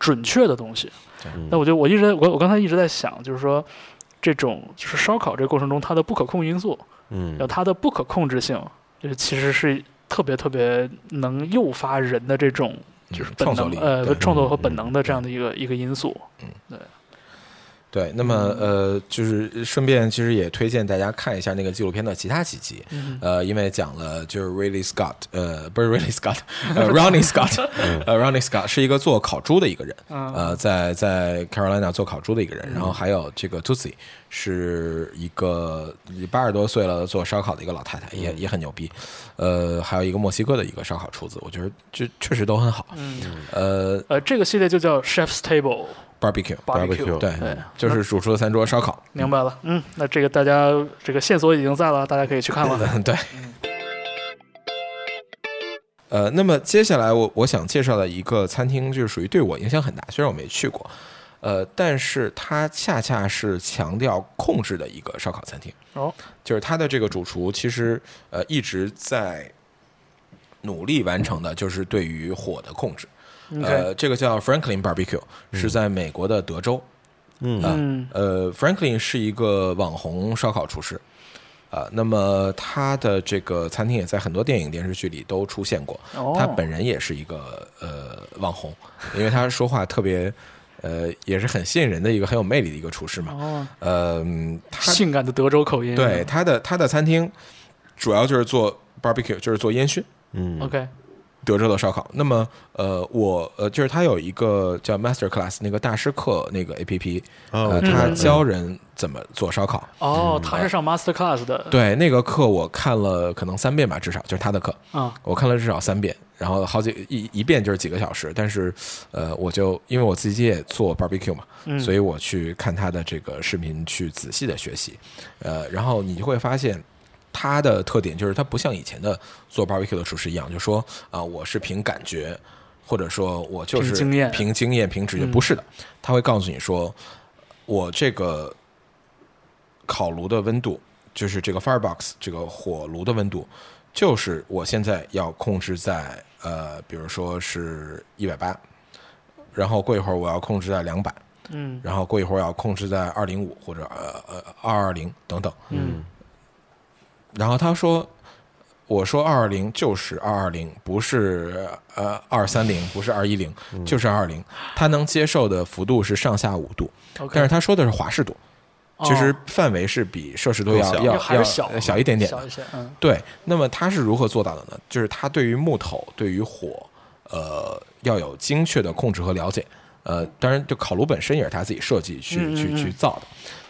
Speaker 2: 准确的东西
Speaker 1: 对。
Speaker 3: 嗯
Speaker 2: 那我就我一直在我我刚才一直在想，就是说这种就是烧烤这个过程中它的不可控因素，
Speaker 3: 嗯
Speaker 2: 然后它的不可控制性，就是其实是特别特别能诱发人的这种就是
Speaker 1: 嗯
Speaker 2: 本
Speaker 1: 创造
Speaker 2: 能、
Speaker 1: 力
Speaker 2: 呃
Speaker 1: 对嗯
Speaker 2: 创作和本能的这样的一个、一个因素。
Speaker 1: 对，那么呃，就是顺便其实也推荐大家看一下那个纪录片的其他几集，
Speaker 2: 嗯
Speaker 1: 呃，因为讲了就是 Ridley Scott，呃，不是 Ridley Scott，呃，Ronnie Scott，呃，Ronnie Scott 是一个做烤猪的一个人，
Speaker 2: 嗯
Speaker 1: 呃，在在 Carolina 做烤猪的一个人，然后还有这个 Tusi 是一个八十多岁了做烧烤的一个老太太，
Speaker 2: 嗯
Speaker 1: 也也很牛逼，呃，还有一个墨西哥的一个烧烤厨子，我觉得这确实都很好，
Speaker 2: 嗯
Speaker 1: 呃
Speaker 2: 呃，这个系列就叫 Chef's Table
Speaker 1: ，Barbecue，嗯
Speaker 2: Barbecue。
Speaker 3: Barbecue
Speaker 1: 对
Speaker 2: 对，
Speaker 1: 就是主厨的餐桌烧烤，
Speaker 2: 明白了，嗯，那 这个大家这个线索已经在了，大家可以去看了。
Speaker 1: 对。嗯呃，那么接下来我我想介绍的一个餐厅，就是属于对我影响很大，虽然我没去过，呃，但是它恰恰是强调控制的一个烧烤餐厅。
Speaker 2: 哦，
Speaker 1: 就是他的这个主厨其实呃一直在努力完成的，就是对于火的控制。
Speaker 2: 嗯
Speaker 1: 呃，这个叫 Franklin Barbecue，是在美国的德州。
Speaker 3: 嗯
Speaker 2: 嗯
Speaker 1: 呃，Franklin 是一个网红烧烤厨师，呃，那么他的这个餐厅也在很多电影电视剧里都出现过。
Speaker 2: 哦
Speaker 1: 他本人也是一个呃网红，因为他说话特别呃也是很吸引人的一个很有魅力的一个厨师嘛。
Speaker 2: 哦，
Speaker 1: 呃，嗯他
Speaker 2: 性感的德州口音，
Speaker 1: 对他的他的餐厅主要就是做 barbecue，就是做烟熏。
Speaker 3: 嗯
Speaker 2: ，OK，
Speaker 1: 德州的烧烤。那么，呃，我呃，就是他有一个叫 Master Class 那个大师课那个 A P P，、
Speaker 3: 哦
Speaker 1: 呃，
Speaker 3: 我知道
Speaker 1: 他
Speaker 3: 嗯
Speaker 1: 教人怎么做烧烤。
Speaker 2: 哦，他是上 Master Class 的，
Speaker 1: 对，那个课我看了可能三遍吧，至少就是他的课，
Speaker 2: 啊，
Speaker 1: 我看了至少三遍，然后好几一一遍就是几个小时。但是，呃，我就因为我自己也做 barbecue 嘛，
Speaker 2: 嗯
Speaker 1: 所以我去看他的这个视频，去仔细的学习。呃，然后你就会发现。他的特点就是他不像以前的做 barbecue 的厨师一样，就说啊、我是凭感觉，或者说我就是
Speaker 2: 凭经验
Speaker 1: 凭经验、凭直觉，
Speaker 2: 嗯
Speaker 1: 不是的。他会告诉你说，我这个烤炉的温度，就是这个 firebox 这个火炉的温度，就是我现在要控制在呃，比如说是一百八，然后过一会儿我要控制在两百，
Speaker 2: 嗯
Speaker 1: 然后过一会儿要控制在二零五或者呃呃二二零等等。
Speaker 2: 嗯
Speaker 1: 然后他说，我说二二零就是二二零，不是呃二三零，不是二一零，
Speaker 2: 嗯
Speaker 1: 就是二二零。他能接受的幅度是上下五度，
Speaker 2: ，OK，
Speaker 1: 但是他说的是华氏度，
Speaker 2: 哦
Speaker 1: 其实范围是比摄氏度要
Speaker 3: 更小
Speaker 1: 要
Speaker 2: 还
Speaker 1: 要
Speaker 2: 是小
Speaker 1: 呃小一点点的
Speaker 2: 小。一些，嗯
Speaker 1: 对，那么他是如何做到的呢？就是他对于木头、对于火，呃，要有精确的控制和了解。呃，当然，就烤炉本身也是他自己设计去
Speaker 2: 嗯嗯
Speaker 1: 去
Speaker 2: 嗯
Speaker 1: 去造的。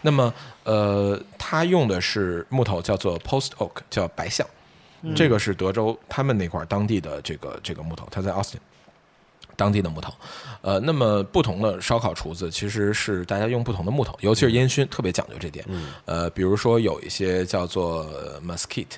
Speaker 1: 那么，呃，他用的是木头叫做 post oak，叫白象，这个是德州他们那块儿当地的这个这个木头，他在 Austin。当地的木头，呃，那么不同的烧烤厨子其实是大家用不同的木头，尤其是烟熏特别讲究这点。呃，比如说有一些叫做呃 mesquite，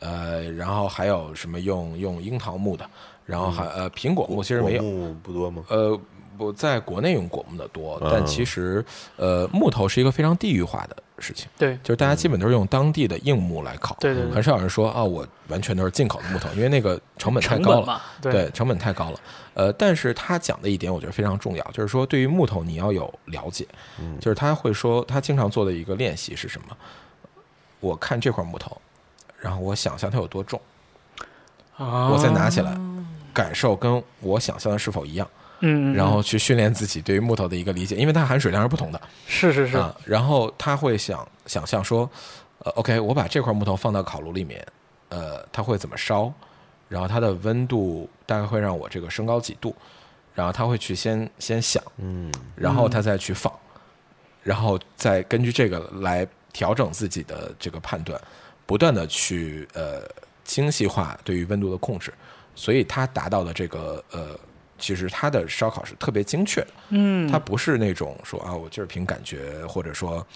Speaker 1: 呃，然后还有什么用用樱桃木的，然后还呃苹果木其实没有，
Speaker 3: 有不多吗？
Speaker 1: 呃，我在国内用果木的多，
Speaker 3: 嗯
Speaker 1: 但其实呃木头是一个非常地域化的事情。
Speaker 2: 对
Speaker 1: 就是大家基本都是用当地的硬木来烤，
Speaker 2: 嗯对对对
Speaker 1: 很少有人说啊，我完全都是进口的木头，因为那个成本太
Speaker 2: 成
Speaker 1: 高
Speaker 2: 本
Speaker 1: 了，
Speaker 2: 嘛，
Speaker 1: 对，成本太高了。呃，但是他讲的一点我觉得非常重要，就是说对于木头你要有了解，
Speaker 2: 嗯
Speaker 1: 就是他会说他经常做的一个练习是什么？我看这块木头，然后我想象它有多重，
Speaker 2: 啊
Speaker 1: 我再拿起来，感受跟我想象的是否一样，
Speaker 2: 嗯，嗯
Speaker 1: 然后
Speaker 2: 嗯
Speaker 1: 去训练自己对于木头的一个理解，因为它含水量是不同的
Speaker 2: 是是是，
Speaker 1: 啊。然后他会想想象说，呃，OK，我把这块木头放到烤炉里面，呃，它会怎么烧？然后它的温度大概会让我这个升高几度，然后他会去先先想，
Speaker 3: 嗯
Speaker 1: 然后他再去放，然后再根据这个来调整自己的这个判断，不断的去呃精细化对于温度的控制，所以他达到的这个呃，其实他的烧烤是特别精确的，
Speaker 2: 嗯，
Speaker 1: 它不是那种说啊我就是凭感觉，或者说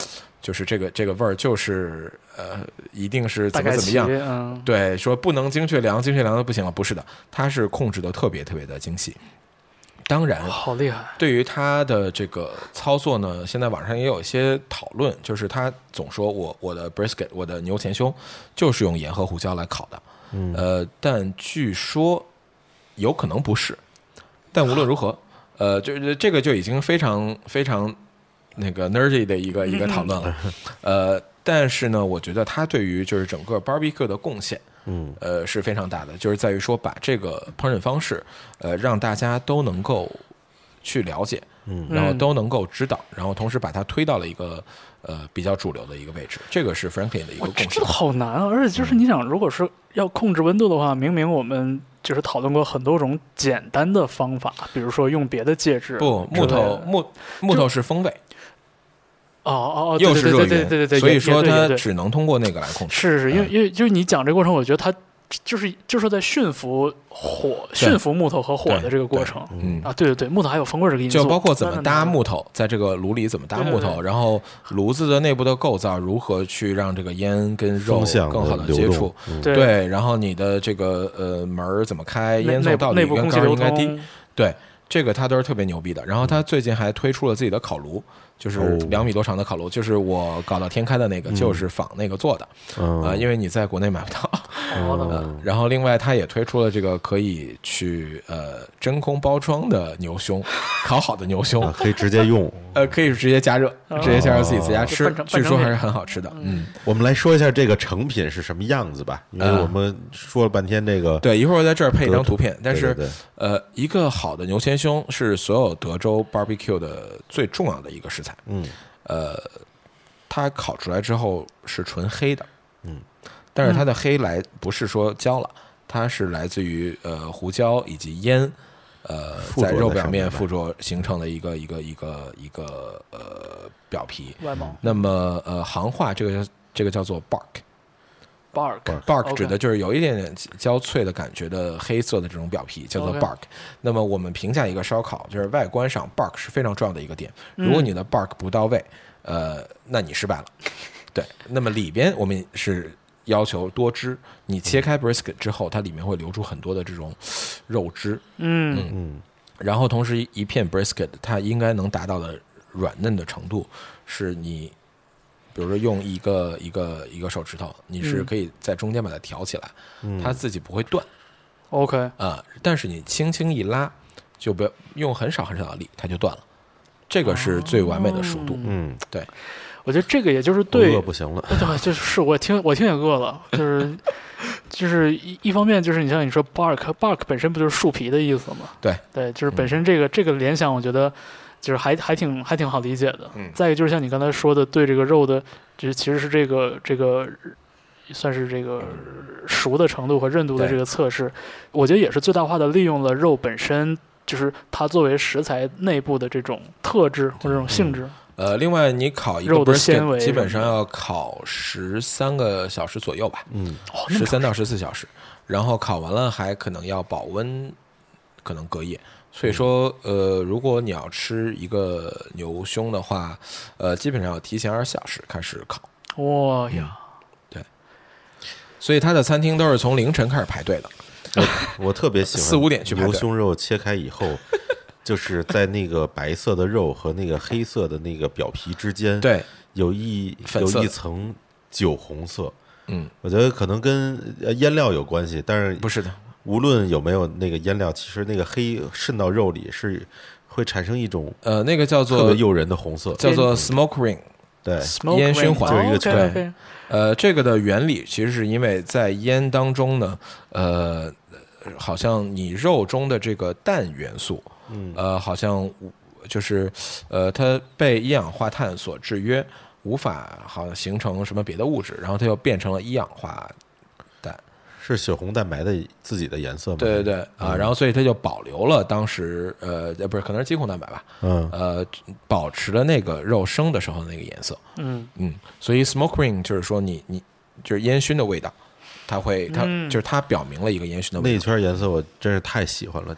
Speaker 1: 就是这个这个味儿就是呃一定是
Speaker 2: 大
Speaker 1: 怎么
Speaker 2: 概
Speaker 1: 怎么样
Speaker 2: 齐，嗯，
Speaker 1: 对，说不能精确量，精确量就不行了，不是的，它是控制的特别特别的精细，当然。
Speaker 2: 好厉害，
Speaker 1: 对于他的这个操作呢，现在网上也有一些讨论，就是他总说我我的 brisket 我的牛前胸就是用盐和胡椒来烤的，
Speaker 3: 嗯
Speaker 1: 呃，但据说有可能不是，但无论如何，呃，就是这个就已经非常非常那个 nerdy 的一
Speaker 2: 嗯
Speaker 1: 个一个讨论 了，呃，但是呢，我觉得他对于就是整个 barbecue 的贡献，
Speaker 3: 嗯
Speaker 1: 呃是非常大的，就是在于说把这个烹饪方式，呃，让大家都能够去了解，
Speaker 3: 嗯
Speaker 1: 然后
Speaker 2: 嗯
Speaker 1: 都能够知道，然后同时把它推到了一个呃比较主流的一个位置，这个是 Franklin 的一个
Speaker 2: 我
Speaker 1: 贡
Speaker 2: 这
Speaker 1: 献
Speaker 2: 个。好难啊！而
Speaker 1: 嗯
Speaker 2: 且就是你想，如果是要控制温度的话，明明我们就是讨论过很多种简单的方法，比如说用别的介质，
Speaker 1: 不，木头木木头是风味，
Speaker 2: 哦哦哦，对
Speaker 1: 又
Speaker 2: 对
Speaker 1: 是
Speaker 2: 对
Speaker 1: 热
Speaker 2: 对
Speaker 1: 源，
Speaker 2: 对对对，
Speaker 1: 所以
Speaker 2: 也
Speaker 1: 说
Speaker 2: 也对也
Speaker 1: 它嗯
Speaker 2: 对
Speaker 1: 只能通过那个来控制。
Speaker 2: 是是，因为因为就是你讲这个过程，我觉得它就是就是在驯服火、
Speaker 1: 对
Speaker 2: 驯服木头和火的这个过程
Speaker 1: 嗯，
Speaker 2: 啊，对对对，木头还有风柜这个因素，
Speaker 1: 就包括怎么搭
Speaker 2: 慢慢地
Speaker 1: 木头，在这个炉里怎么搭
Speaker 2: 对对
Speaker 1: 木头，
Speaker 2: 对
Speaker 1: 然后炉子的内部的构造如何去让这个烟跟肉
Speaker 3: 风向
Speaker 1: 更好的
Speaker 3: 流
Speaker 1: 接
Speaker 3: 动
Speaker 1: 触，
Speaker 3: 嗯
Speaker 2: 对
Speaker 1: 对，然后你的这个呃门儿怎么开，
Speaker 2: 内
Speaker 1: 烟囱
Speaker 2: 内部
Speaker 1: 到底
Speaker 2: 内部
Speaker 1: 应
Speaker 2: 空气
Speaker 1: 该
Speaker 2: 流
Speaker 1: 应该低，
Speaker 2: 通，
Speaker 1: 对，这个它都是特别牛逼的。然后它最近还推出了自己的烤炉，就是
Speaker 3: 嗯哦
Speaker 1: 两米多长的烤炉，就是我搞到天开的那个，就是仿那个做的
Speaker 3: 嗯
Speaker 1: 啊，因为你在国内买不到。
Speaker 2: 好的吧，
Speaker 1: 然后另外它也推出了这个可以去呃真空包装的牛胸，烤好的牛胸
Speaker 3: 啊，，可以直接 用。
Speaker 1: 呃，可以直接加热，直接加热自己在家
Speaker 2: 哦就
Speaker 1: 吃
Speaker 2: 半成，
Speaker 1: 据
Speaker 2: 半成
Speaker 1: 说
Speaker 2: 品
Speaker 1: 还是很好吃的。嗯，
Speaker 3: 我们来说一下这个成品是什么样子吧，因为我们说了半天这个，
Speaker 1: 呃对，一会儿我在这儿配一张图片，但是
Speaker 3: 对对对
Speaker 1: 呃，一个好的牛前胸是所有德州 barbecue 的最重要的一个食材。
Speaker 3: 嗯，
Speaker 1: 呃，它烤出来之后是纯黑的，
Speaker 3: 嗯，
Speaker 1: 但是它的黑来不是说焦了，它是来自于呃胡椒以及烟，呃，
Speaker 3: 附着
Speaker 1: 在
Speaker 3: 在
Speaker 1: 肉表
Speaker 3: 上
Speaker 1: 面
Speaker 3: 面的
Speaker 1: 附着形成的一个一个一个一个呃表皮。
Speaker 2: 外貌
Speaker 1: 那么呃，行话这个叫这个叫做 bark。
Speaker 2: bark
Speaker 1: bark
Speaker 2: OK
Speaker 1: 指的就是有一点点焦脆的感觉的黑色的这种表皮，叫做
Speaker 2: OK
Speaker 1: bark。那么我们评价一个烧烤，就是外观上 bark 是非常重要的一个点。如果你
Speaker 2: 嗯
Speaker 1: 的 bark 不到位，呃，那你失败了。对，那么里边我们是要求多汁，你切开 brisket 之后，它里面会流出很多的这种肉汁，
Speaker 2: 嗯
Speaker 3: 嗯
Speaker 1: 然后同时一片 brisket 它应该能达到的软嫩的程度，是你比如说用一个一个一个手指头，你是
Speaker 2: 嗯
Speaker 1: 可以在中间把它挑起来，
Speaker 3: 嗯
Speaker 1: 它自己不会断
Speaker 2: OK，
Speaker 1: 啊、但是你轻轻一拉，就不要用很少很少的力，它就断了。这个是最完美的熟度，
Speaker 3: 嗯，
Speaker 1: 对，
Speaker 2: 我觉得这个也就是
Speaker 3: 都
Speaker 2: 对
Speaker 3: 饿不行了，
Speaker 2: 对，就是我听我听也饿了，就是就是一一方面就是你像你说 bark bark 本身不就是树皮的意思吗？
Speaker 1: 对嗯
Speaker 2: 对，就是本身这个、这个联想，我觉得就是还还挺还挺好理解的。
Speaker 1: 嗯
Speaker 2: 再一个就是像你刚才说的，对这个肉的，就是其实是这个这个算是这个熟的程度和韧度的
Speaker 1: 对
Speaker 2: 这个测试，我觉得也是最大化的利用了肉本身。就是它作为食材内部的这种特质或者这种性质，
Speaker 1: 呃，另外你烤一个
Speaker 2: 肉的纤维
Speaker 1: brisket 基本
Speaker 2: 什
Speaker 1: 上
Speaker 2: 么的
Speaker 1: 要烤十三个小时左右吧，
Speaker 3: 嗯
Speaker 2: 哦，那
Speaker 1: 十三到十四小时，然后烤完了还可能要保温，可能隔夜。所以说，呃，如果你要吃一个牛胸的话，呃，基本上要提前二十四小时开始烤。
Speaker 2: 哇呀，
Speaker 1: 所以他的餐厅都是从凌晨开始排队的。
Speaker 3: 我特别喜欢
Speaker 1: 四五点去排队
Speaker 3: 牛胸肉切开以 后，就是在那个白色的肉和那个黑色的那个表皮之间，，
Speaker 1: 对，
Speaker 3: 有一
Speaker 1: 粉
Speaker 3: 有
Speaker 1: 色
Speaker 3: 一层酒红色。
Speaker 1: 嗯，
Speaker 3: 我觉得可能跟呃腌料有关系，但是
Speaker 1: 不是的，
Speaker 3: 无论有没有那个腌料，其实那个黑渗到肉里是会产生一种
Speaker 1: 呃，那个叫
Speaker 3: 特
Speaker 1: 做
Speaker 3: 别诱人的红色。
Speaker 1: 叫做 smoke ring，
Speaker 3: 对，
Speaker 2: smoke
Speaker 1: 烟熏环
Speaker 3: 就是一个
Speaker 1: 圈
Speaker 2: o k
Speaker 1: 呃，这个的原理其实是因为在烟当中呢，呃，好像你肉中的这个氮元素，
Speaker 3: 嗯
Speaker 1: 呃，好像就是呃，它被一氧化碳所制约，无法好像形成什么别的物质，然后它又变成了一氧化氮。
Speaker 3: 是血红蛋白的自己的颜色吗？
Speaker 1: 对对，对啊，然后所以它就保留了当时呃，呃不是可能是肌红蛋白吧，
Speaker 3: 嗯，
Speaker 1: 呃，保持了那个肉生的时候的那个颜色。
Speaker 2: 嗯，
Speaker 1: 嗯，所以 smoke ring 就是说你你就是烟熏的味道，它会它、
Speaker 2: 嗯
Speaker 1: 就是它表明了一个烟熏的
Speaker 3: 那
Speaker 1: 味
Speaker 3: 一
Speaker 1: 道。
Speaker 3: 圈颜色我真是太喜欢了。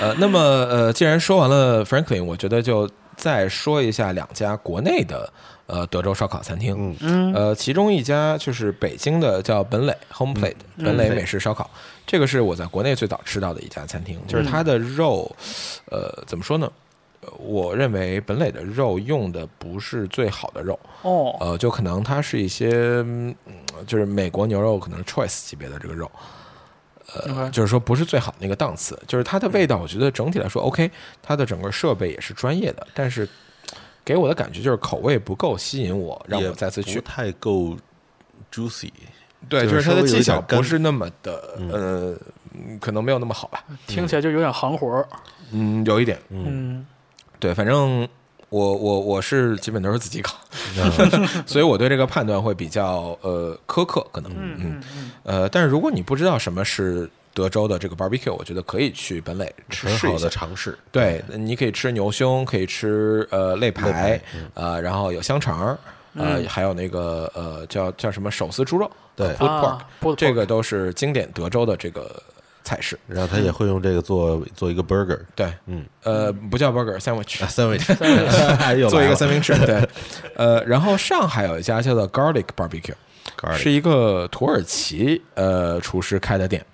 Speaker 1: 呃，那么呃，既然说完了 Franklin，我觉得就再说一下两家国内的呃德州烧烤餐厅。
Speaker 3: 嗯
Speaker 2: 嗯
Speaker 1: 呃，其中一家就是北京的叫本垒 Home Plate，、本
Speaker 2: 嗯
Speaker 1: 垒美式烧烤，这个是我在国内最早吃到的一家餐厅，
Speaker 2: 嗯
Speaker 1: 就是它的肉，呃，怎么说呢？呃我认为本垒的肉用的不是最好的肉，
Speaker 2: 哦，
Speaker 1: 呃，就可能它是一些，嗯就是美国牛肉可能是 choice 级别的这个肉，
Speaker 2: OK
Speaker 1: 呃就是说不是最好的那个档次，就是它的味道，我觉得整体来说 OK，它的整个设备也是专业的，但是给我的感觉就是口味不够吸引我，让
Speaker 3: 也
Speaker 1: 我再次去
Speaker 3: 不。太够 juicy。
Speaker 1: 对，
Speaker 3: 就
Speaker 1: 就是是它
Speaker 3: 稍
Speaker 1: 的
Speaker 3: 微有
Speaker 1: 技
Speaker 3: 一
Speaker 1: 巧
Speaker 3: 点干
Speaker 1: 不是那么的，呃，嗯可能没有那么好吧。
Speaker 2: 听起来就有点行活儿。
Speaker 1: 嗯，有一点，
Speaker 2: 嗯，
Speaker 1: 对，反正我我我是基本都是自己烤， 所以我对这个判断会比较呃苛刻，可能嗯嗯呃，但是如果你不知道什么是德州的这个 barbecue，我觉得可以去本垒吃
Speaker 3: 很
Speaker 1: 试
Speaker 3: 好
Speaker 1: 一下
Speaker 3: 的。尝试，
Speaker 1: 对，你可以吃牛胸，可以吃呃肋排，
Speaker 3: 嗯
Speaker 1: 呃，然后有香肠，呃，还有那个呃叫叫什么手撕猪肉，
Speaker 3: 对，
Speaker 2: 啊，不
Speaker 1: 这个都是经典德州的这个菜式。
Speaker 3: 然后他也会用这个做做一个 burger
Speaker 1: 对，
Speaker 3: 嗯，
Speaker 1: 呃，不叫 burger sandwich，
Speaker 3: 啊 sandwich，哎
Speaker 1: 做一个三
Speaker 3: 三
Speaker 1: 明治。对，呃，然后上海有一家叫做 Garlic Barbecue，是一个土耳其呃厨师开的店，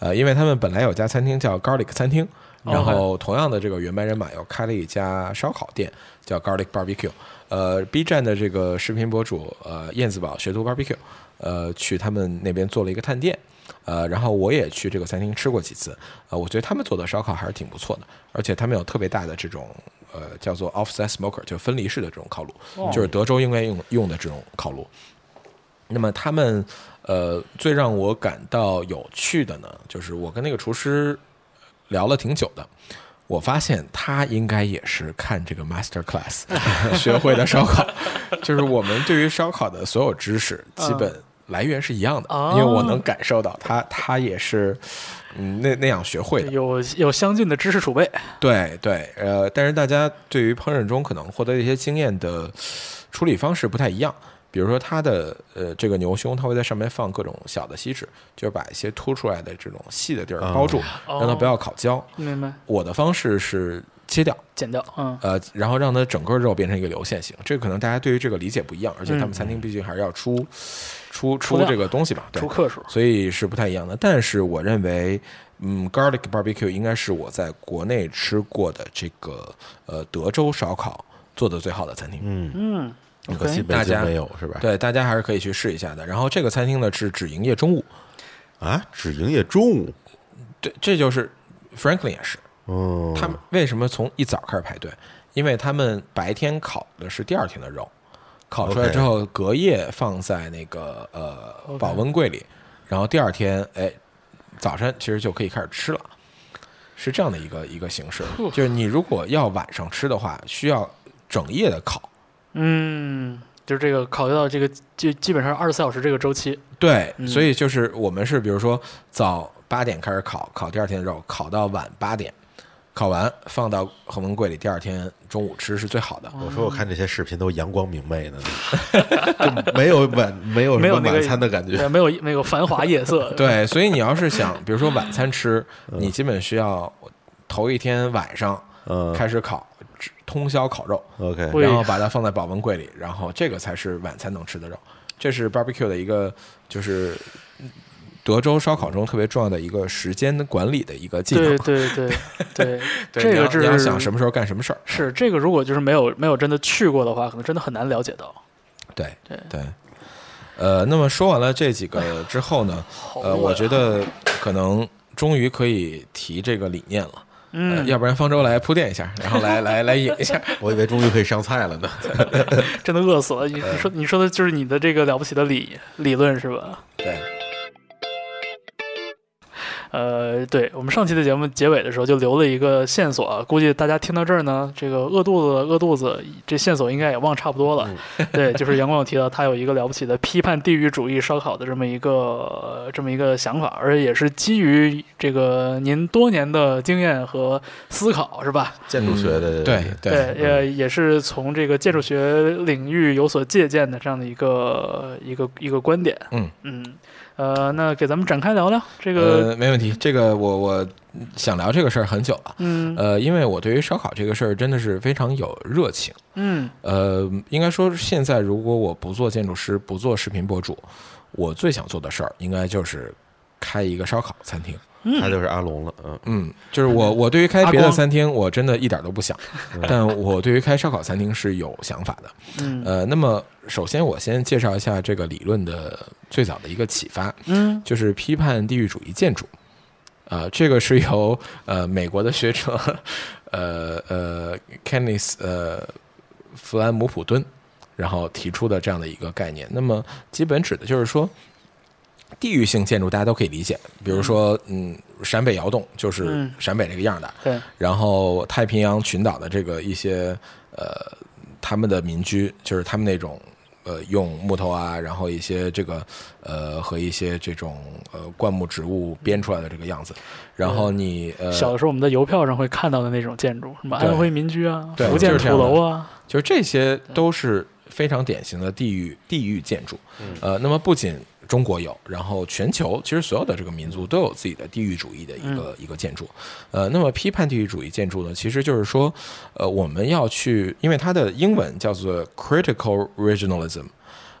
Speaker 1: 呃，因为他们本来有家餐厅叫 Garlic 餐厅，然后同样的这个原班人马又开了一家烧烤店叫 Garlic Barbecue，呃，B 站的这个视频博主呃燕子宝学徒 Barbecue，呃，去他们那边做了一个探店。呃，然后我也去这个餐厅吃过几次，呃，我觉得他们做的烧烤还是挺不错的，而且他们有特别大的这种呃叫做 offset smoker，就分离式的这种烤炉，就是德州应该用用的这种烤炉。那么他们呃，最让我感到有趣的呢，就是我跟那个厨师聊了挺久的。我发现他应该也是看这个 master class 学会的烧烤，就是我们对于烧烤的所有知识基本来源是一样的，
Speaker 2: 哦
Speaker 1: 因为我能感受到他他也是嗯那那样学会的。
Speaker 2: 有有相近的知识储备，
Speaker 1: 对对，呃，但是大家对于烹饪中可能获得的一些经验的处理方式不太一样。比如说它的呃这个牛胸，它会在上面放各种小的锡纸，就是把一些凸出来的这种细的地儿包住，让它不要烤焦。
Speaker 2: 明白？
Speaker 1: 我的方式是切掉，
Speaker 2: 减掉，嗯，
Speaker 1: 呃，然后让它整个肉变成一个流线型。这个可能大家对于这个理解不一样，而且他们餐厅毕竟还是要出、出出
Speaker 2: 量
Speaker 1: 这个东西吧，对
Speaker 2: 出克数，
Speaker 1: 所以是不太一样的。但是我认为，嗯，garlic barbecue 应该是我在国内吃过的这个呃德州烧烤做的最好的餐厅。
Speaker 3: 嗯，
Speaker 2: 嗯
Speaker 3: 可惜
Speaker 2: ，OK，
Speaker 3: 北
Speaker 1: 大
Speaker 3: 京
Speaker 1: 家
Speaker 3: 没有是吧？
Speaker 1: 对，大家还是可以去试一下的。然后这个餐厅呢是只营业中午，
Speaker 3: 啊，只营业中午，
Speaker 1: 这这就是 Franklin 也是，
Speaker 3: 嗯，
Speaker 1: 他们为什么从一早开始排队？因为他们白天烤的是第二天的肉，烤出来
Speaker 3: OK
Speaker 1: 之后隔夜放在那个呃
Speaker 2: OK
Speaker 1: 保温柜里，然后第二天哎早晨其实就可以开始吃了，是这样的一个一个形式。就是你如果要晚上吃的话，需要整夜的烤。
Speaker 2: 嗯，就是这个考虑到这个基基本上二十四小时这个周 期，
Speaker 1: 对，
Speaker 2: 嗯
Speaker 1: 所以就是我们是比如说早八点开始烤，烤第二天的肉，烤到晚八点，烤完放到恒温柜里，第二天中午吃是最好的。
Speaker 3: 我说我看这些视频都阳光明媚 呢，就没有晚没有
Speaker 2: 没
Speaker 3: 什
Speaker 2: 有
Speaker 3: 么
Speaker 2: 那个
Speaker 3: 晚餐的感觉
Speaker 2: 对，呃没有那个繁华夜 色，
Speaker 1: 对，所以你要是想，比如说晚餐吃，你基本需要头一天晚上
Speaker 3: 嗯
Speaker 1: 开始烤，只通宵烤肉，
Speaker 3: ，OK，
Speaker 2: 会
Speaker 1: 然后把它放在保温柜里，然后这个才是晚餐能吃的肉。这是 barbecue 的一个，就是德州烧烤中特别重要的一个时间管理的一个技能
Speaker 2: 对。对 对对，
Speaker 1: 对
Speaker 2: 这
Speaker 1: 你
Speaker 2: 个
Speaker 1: 要你要
Speaker 2: 是
Speaker 1: 想什么时候干什么事儿，
Speaker 2: 是这个，如果就是没有没有真的去过的话，可能真的很难了解到。
Speaker 1: 对对。呃，那么说完了这几个之后呢，呃，我觉得可能终于可以提这个理念了。呃
Speaker 2: 嗯，
Speaker 1: 要不然方舟来铺垫一 下，然后来来来引一下。
Speaker 3: 我以为终于可以上菜了呢。
Speaker 2: 真的饿死了。你
Speaker 1: 呃
Speaker 2: 你说你说的就是你的这个了不起的理理论是吧？
Speaker 1: 对，
Speaker 2: 呃，对我们上期的节目结尾的时候就留了一个线索啊，估计大家听到这儿呢，这个饿肚子饿肚子这线索应该也忘差不多了。
Speaker 1: 嗯
Speaker 2: 对，就是阳光有提到他有一个了不起的批判地域主义烧烤的这么一个这么一个想法，而且也是基于这个您多年的经验和思考是吧？
Speaker 3: 建筑学的，
Speaker 1: 对
Speaker 2: 对，
Speaker 1: 对，
Speaker 2: 也也是从这个建筑学领域有所借鉴的这样的一个一个一个观点。
Speaker 1: 嗯
Speaker 2: 嗯，呃，那给咱们展开聊聊这个，
Speaker 1: 呃，没问题。这个我我想聊这个事儿很久了，
Speaker 2: 嗯
Speaker 1: 呃，因为我对于烧烤这个事儿真的是非常有热情。
Speaker 2: 嗯
Speaker 1: 呃，应该说现在如果我不做建筑师，不做视频博主，我最想做的事儿应该就是开一个烧烤餐厅。
Speaker 3: 他就是阿龙了，嗯，
Speaker 1: 嗯，就是我我对于开
Speaker 2: 阿
Speaker 1: 别的
Speaker 2: 光
Speaker 1: 餐厅，我真的一点儿都 不想，但我对于开烧烤餐厅是有想法的。
Speaker 2: 嗯
Speaker 1: 呃，那么首先我先介绍一下这个理论的最早的一个启发，
Speaker 2: 嗯
Speaker 1: 就是批判地域主义建筑。呃，这个是由呃美国的学者，呃呃 Kenneth 呃弗兰姆普顿，然后提出的这样的一个概念。那么基本指的就是说，地域性建筑大家都可以理解，比如说嗯陕北窑洞就是
Speaker 2: 嗯
Speaker 1: 陕北这个样儿的，
Speaker 2: 对，
Speaker 1: 然后太平洋群岛的这个一些呃，他们的民居就是他们那种呃用木头啊，然后一些这个呃和一些这种呃灌木植物编出来的这个样子，然后你呃
Speaker 2: 小的时候我们在邮票上会看到的那种建筑，什么
Speaker 1: 对
Speaker 2: 安徽民居啊，
Speaker 1: 对
Speaker 2: 福建
Speaker 1: 就是这
Speaker 2: 土
Speaker 1: 样的
Speaker 2: 楼啊，
Speaker 1: 就是这些都是非常典型的地域地域建筑。呃，那么不仅中国有，然后全球其实所有的这个民族都有自己的地域主义的一个、
Speaker 2: 嗯
Speaker 1: 一个建筑。呃，那么批判地域主义建筑呢，其实就是说，呃，我们要去，因为它的英文叫做 critical regionalism，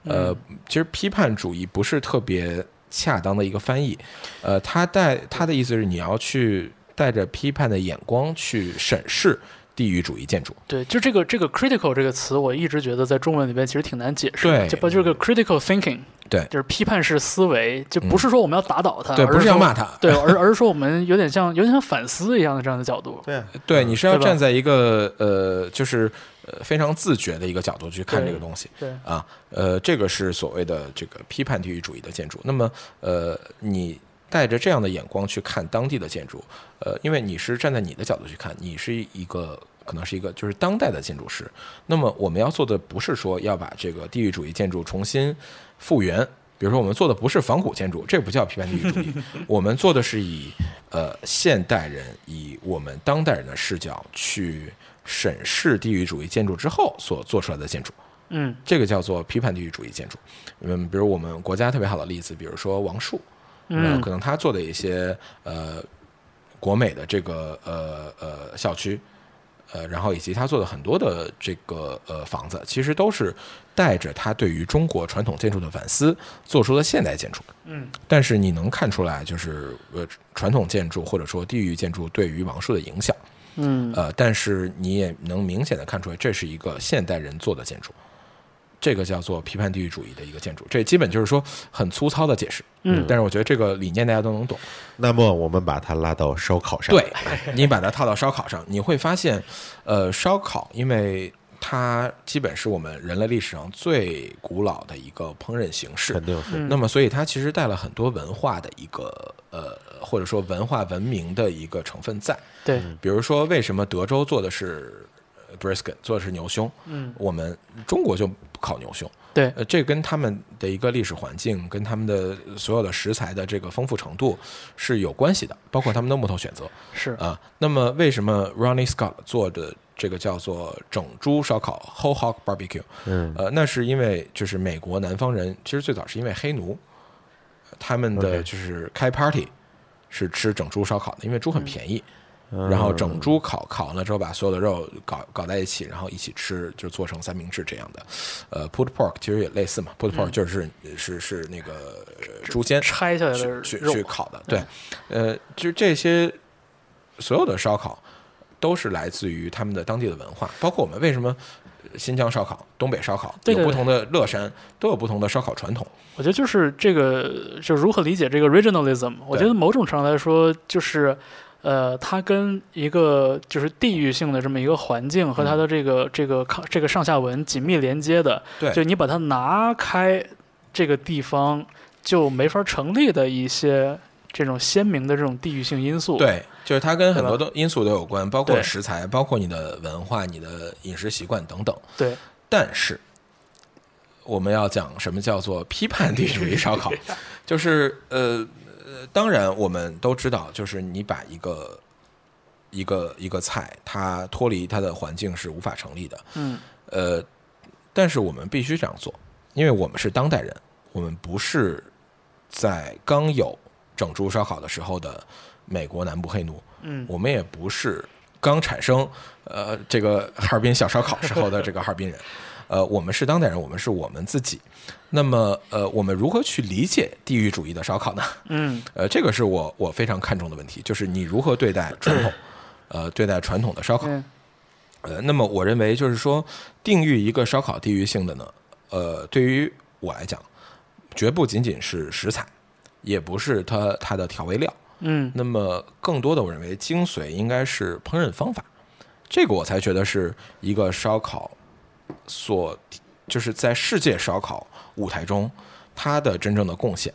Speaker 1: 呃，
Speaker 2: 嗯
Speaker 1: 其实批判主义不是特别恰当的一个翻译，呃，它带它的意思是你要去带着批判的眼光去审视地域主义建筑。
Speaker 2: 对，就这个这个 critical 这个词，我一直觉得在中文里边其实挺难解释
Speaker 1: 对
Speaker 2: 的，就不就是个 critical thinking，
Speaker 1: 对
Speaker 2: 就是批判式思维，就不是说我们要打倒他，
Speaker 1: 对，
Speaker 2: 啊而
Speaker 1: 不是要
Speaker 2: 说
Speaker 1: 骂，他，
Speaker 2: 对，而而是说我们有点像有点像反思一样的这样的角度，
Speaker 3: 对啊，
Speaker 1: 对，你是要
Speaker 2: 嗯对吧
Speaker 1: 站在一个呃，就是呃非常自觉的一个角度去看这个东西
Speaker 2: 对，
Speaker 1: 啊，呃，这个是所谓的这个批判地域主义的建筑。那么呃，你带着这样的眼光去看当地的建筑，呃，因为你是站在你的角度去看，你是一个。可能是一个就是当代的建筑师，那么我们要做的不是说要把这个地域主义建筑重新复原，比如说我们做的不是仿古建筑，这不叫批判地域主义，我们做的是以呃现代人以我们当代人的视角去审视地域主义建筑之后所做出来的建筑，
Speaker 2: 嗯
Speaker 1: 这个叫做批判地域主义建筑。嗯，比如我们国家特别好的例子，比如说王树，呃
Speaker 2: 嗯
Speaker 1: 可能他做的一些呃国美的这个呃呃校区，呃，然后以及他做的很多的这个呃房子，其实都是带着他对于中国传统建筑的反思做出了现代建筑。
Speaker 2: 嗯，
Speaker 1: 但是你能看出来，就是呃传统建筑或者说地域建筑对于王树的影响。
Speaker 2: 嗯，
Speaker 1: 呃，但是你也能明显的看出来，这是一个现代人做的建筑，这个叫做批判地域主义的一个建筑。这基本就是说很粗糙的解释，
Speaker 2: 嗯
Speaker 1: 但是我觉得这个理念大家都能懂。
Speaker 3: 那么我们把它拉到烧烤上，，
Speaker 1: 对，你把它套到烧烤上，你会发现，呃，烧烤因为它基本是我们人类历史上最古老的一个烹饪形式，
Speaker 3: 肯定是
Speaker 1: 那么，所以它其实带了很多文化的一个呃，或者说文化文明的一个成分在。
Speaker 2: 对，
Speaker 1: 比如说，为什么德州做的是呃 brisket，做的是牛胸？
Speaker 2: 嗯，
Speaker 1: 我们中国就不烤牛胸。
Speaker 2: 对，
Speaker 1: 呃，这跟他们的一个历史环境、跟他们的所有的食材的这个丰富程度是有关系的，包括他们的木头选择
Speaker 2: 是，
Speaker 1: 啊。那么，为什么 Ronnie Scott 做的这个叫做整猪烧烤 （Whole Hog Barbecue）？
Speaker 3: 嗯，
Speaker 1: 呃，那是因为就是美国南方人，其实最早是因为黑奴，呃他们的
Speaker 3: OK
Speaker 1: 就是开 party 是吃整猪烧烤的，因为猪很便宜，
Speaker 3: 嗯
Speaker 1: 然后整猪烤烤完了之后，把所有的肉搞搞在一起，然后一起吃，就做成三明治这样的。呃，pulled pork 其实也类似嘛，pulled
Speaker 3: 嗯
Speaker 1: pork 就是、是是那个呃猪肩
Speaker 2: 拆下来的
Speaker 1: 去去
Speaker 2: 肉嗯
Speaker 1: 去烤的，对，呃，就这些所有的烧烤都是来自于他们的当地的文化，包括我们为什么呃新疆烧烤、东北烧烤
Speaker 2: 对对
Speaker 1: 有不
Speaker 2: 对
Speaker 1: 同的乐山都有不同的烧烤传统，
Speaker 2: 我觉得就是这个，就如何理解这个 regionalism。我觉得某种程度来说，就是呃，它跟一个就是地域性的这么一个环境和它
Speaker 1: 嗯
Speaker 2: 的这个、这个抗这个上下文紧密连接的。
Speaker 1: 对
Speaker 2: 就你把它拿开，这个地方就没法成立的一些这种鲜明的这种地域性因素。，
Speaker 1: 对，就是它跟很
Speaker 2: 对吧
Speaker 1: 多的因素都有关，包括
Speaker 2: 对
Speaker 1: 食材，包括你的文化、你的饮食习惯等等。
Speaker 2: 对
Speaker 1: 但是我们要讲什么叫做批判地主义烧烤，就是呃呃，当然我们都知道，就是你把一个一个一个菜，它脱离它的环境是无法成立的，
Speaker 2: 嗯，
Speaker 1: 呃，但是我们必须这样做，因为我们是当代人，我们不是在刚有整猪烧烤的时候的美国南部黑奴，
Speaker 2: 嗯
Speaker 1: 我们也不是刚产生呃这个哈尔滨小烧烤时候的这个哈尔滨人，呃，我们是当代人，我们是我们自己。那么呃，我们如何去理解地域主义的烧烤呢？
Speaker 2: 嗯，
Speaker 1: 呃，这个是我我非常看重的问题，就是你如何对待传统，呃，对待传统的烧烤。
Speaker 2: 嗯，
Speaker 1: 呃，那么我认为就是说，定义一个烧烤地域性的呢，呃，对于我来讲，绝不仅仅是食材，也不是它它的调味料，
Speaker 2: 嗯，
Speaker 1: 那么更多的我认为精髓应该是烹饪方法，这个我才觉得是一个烧烤所就是在世界烧烤舞台中它的真正的贡献。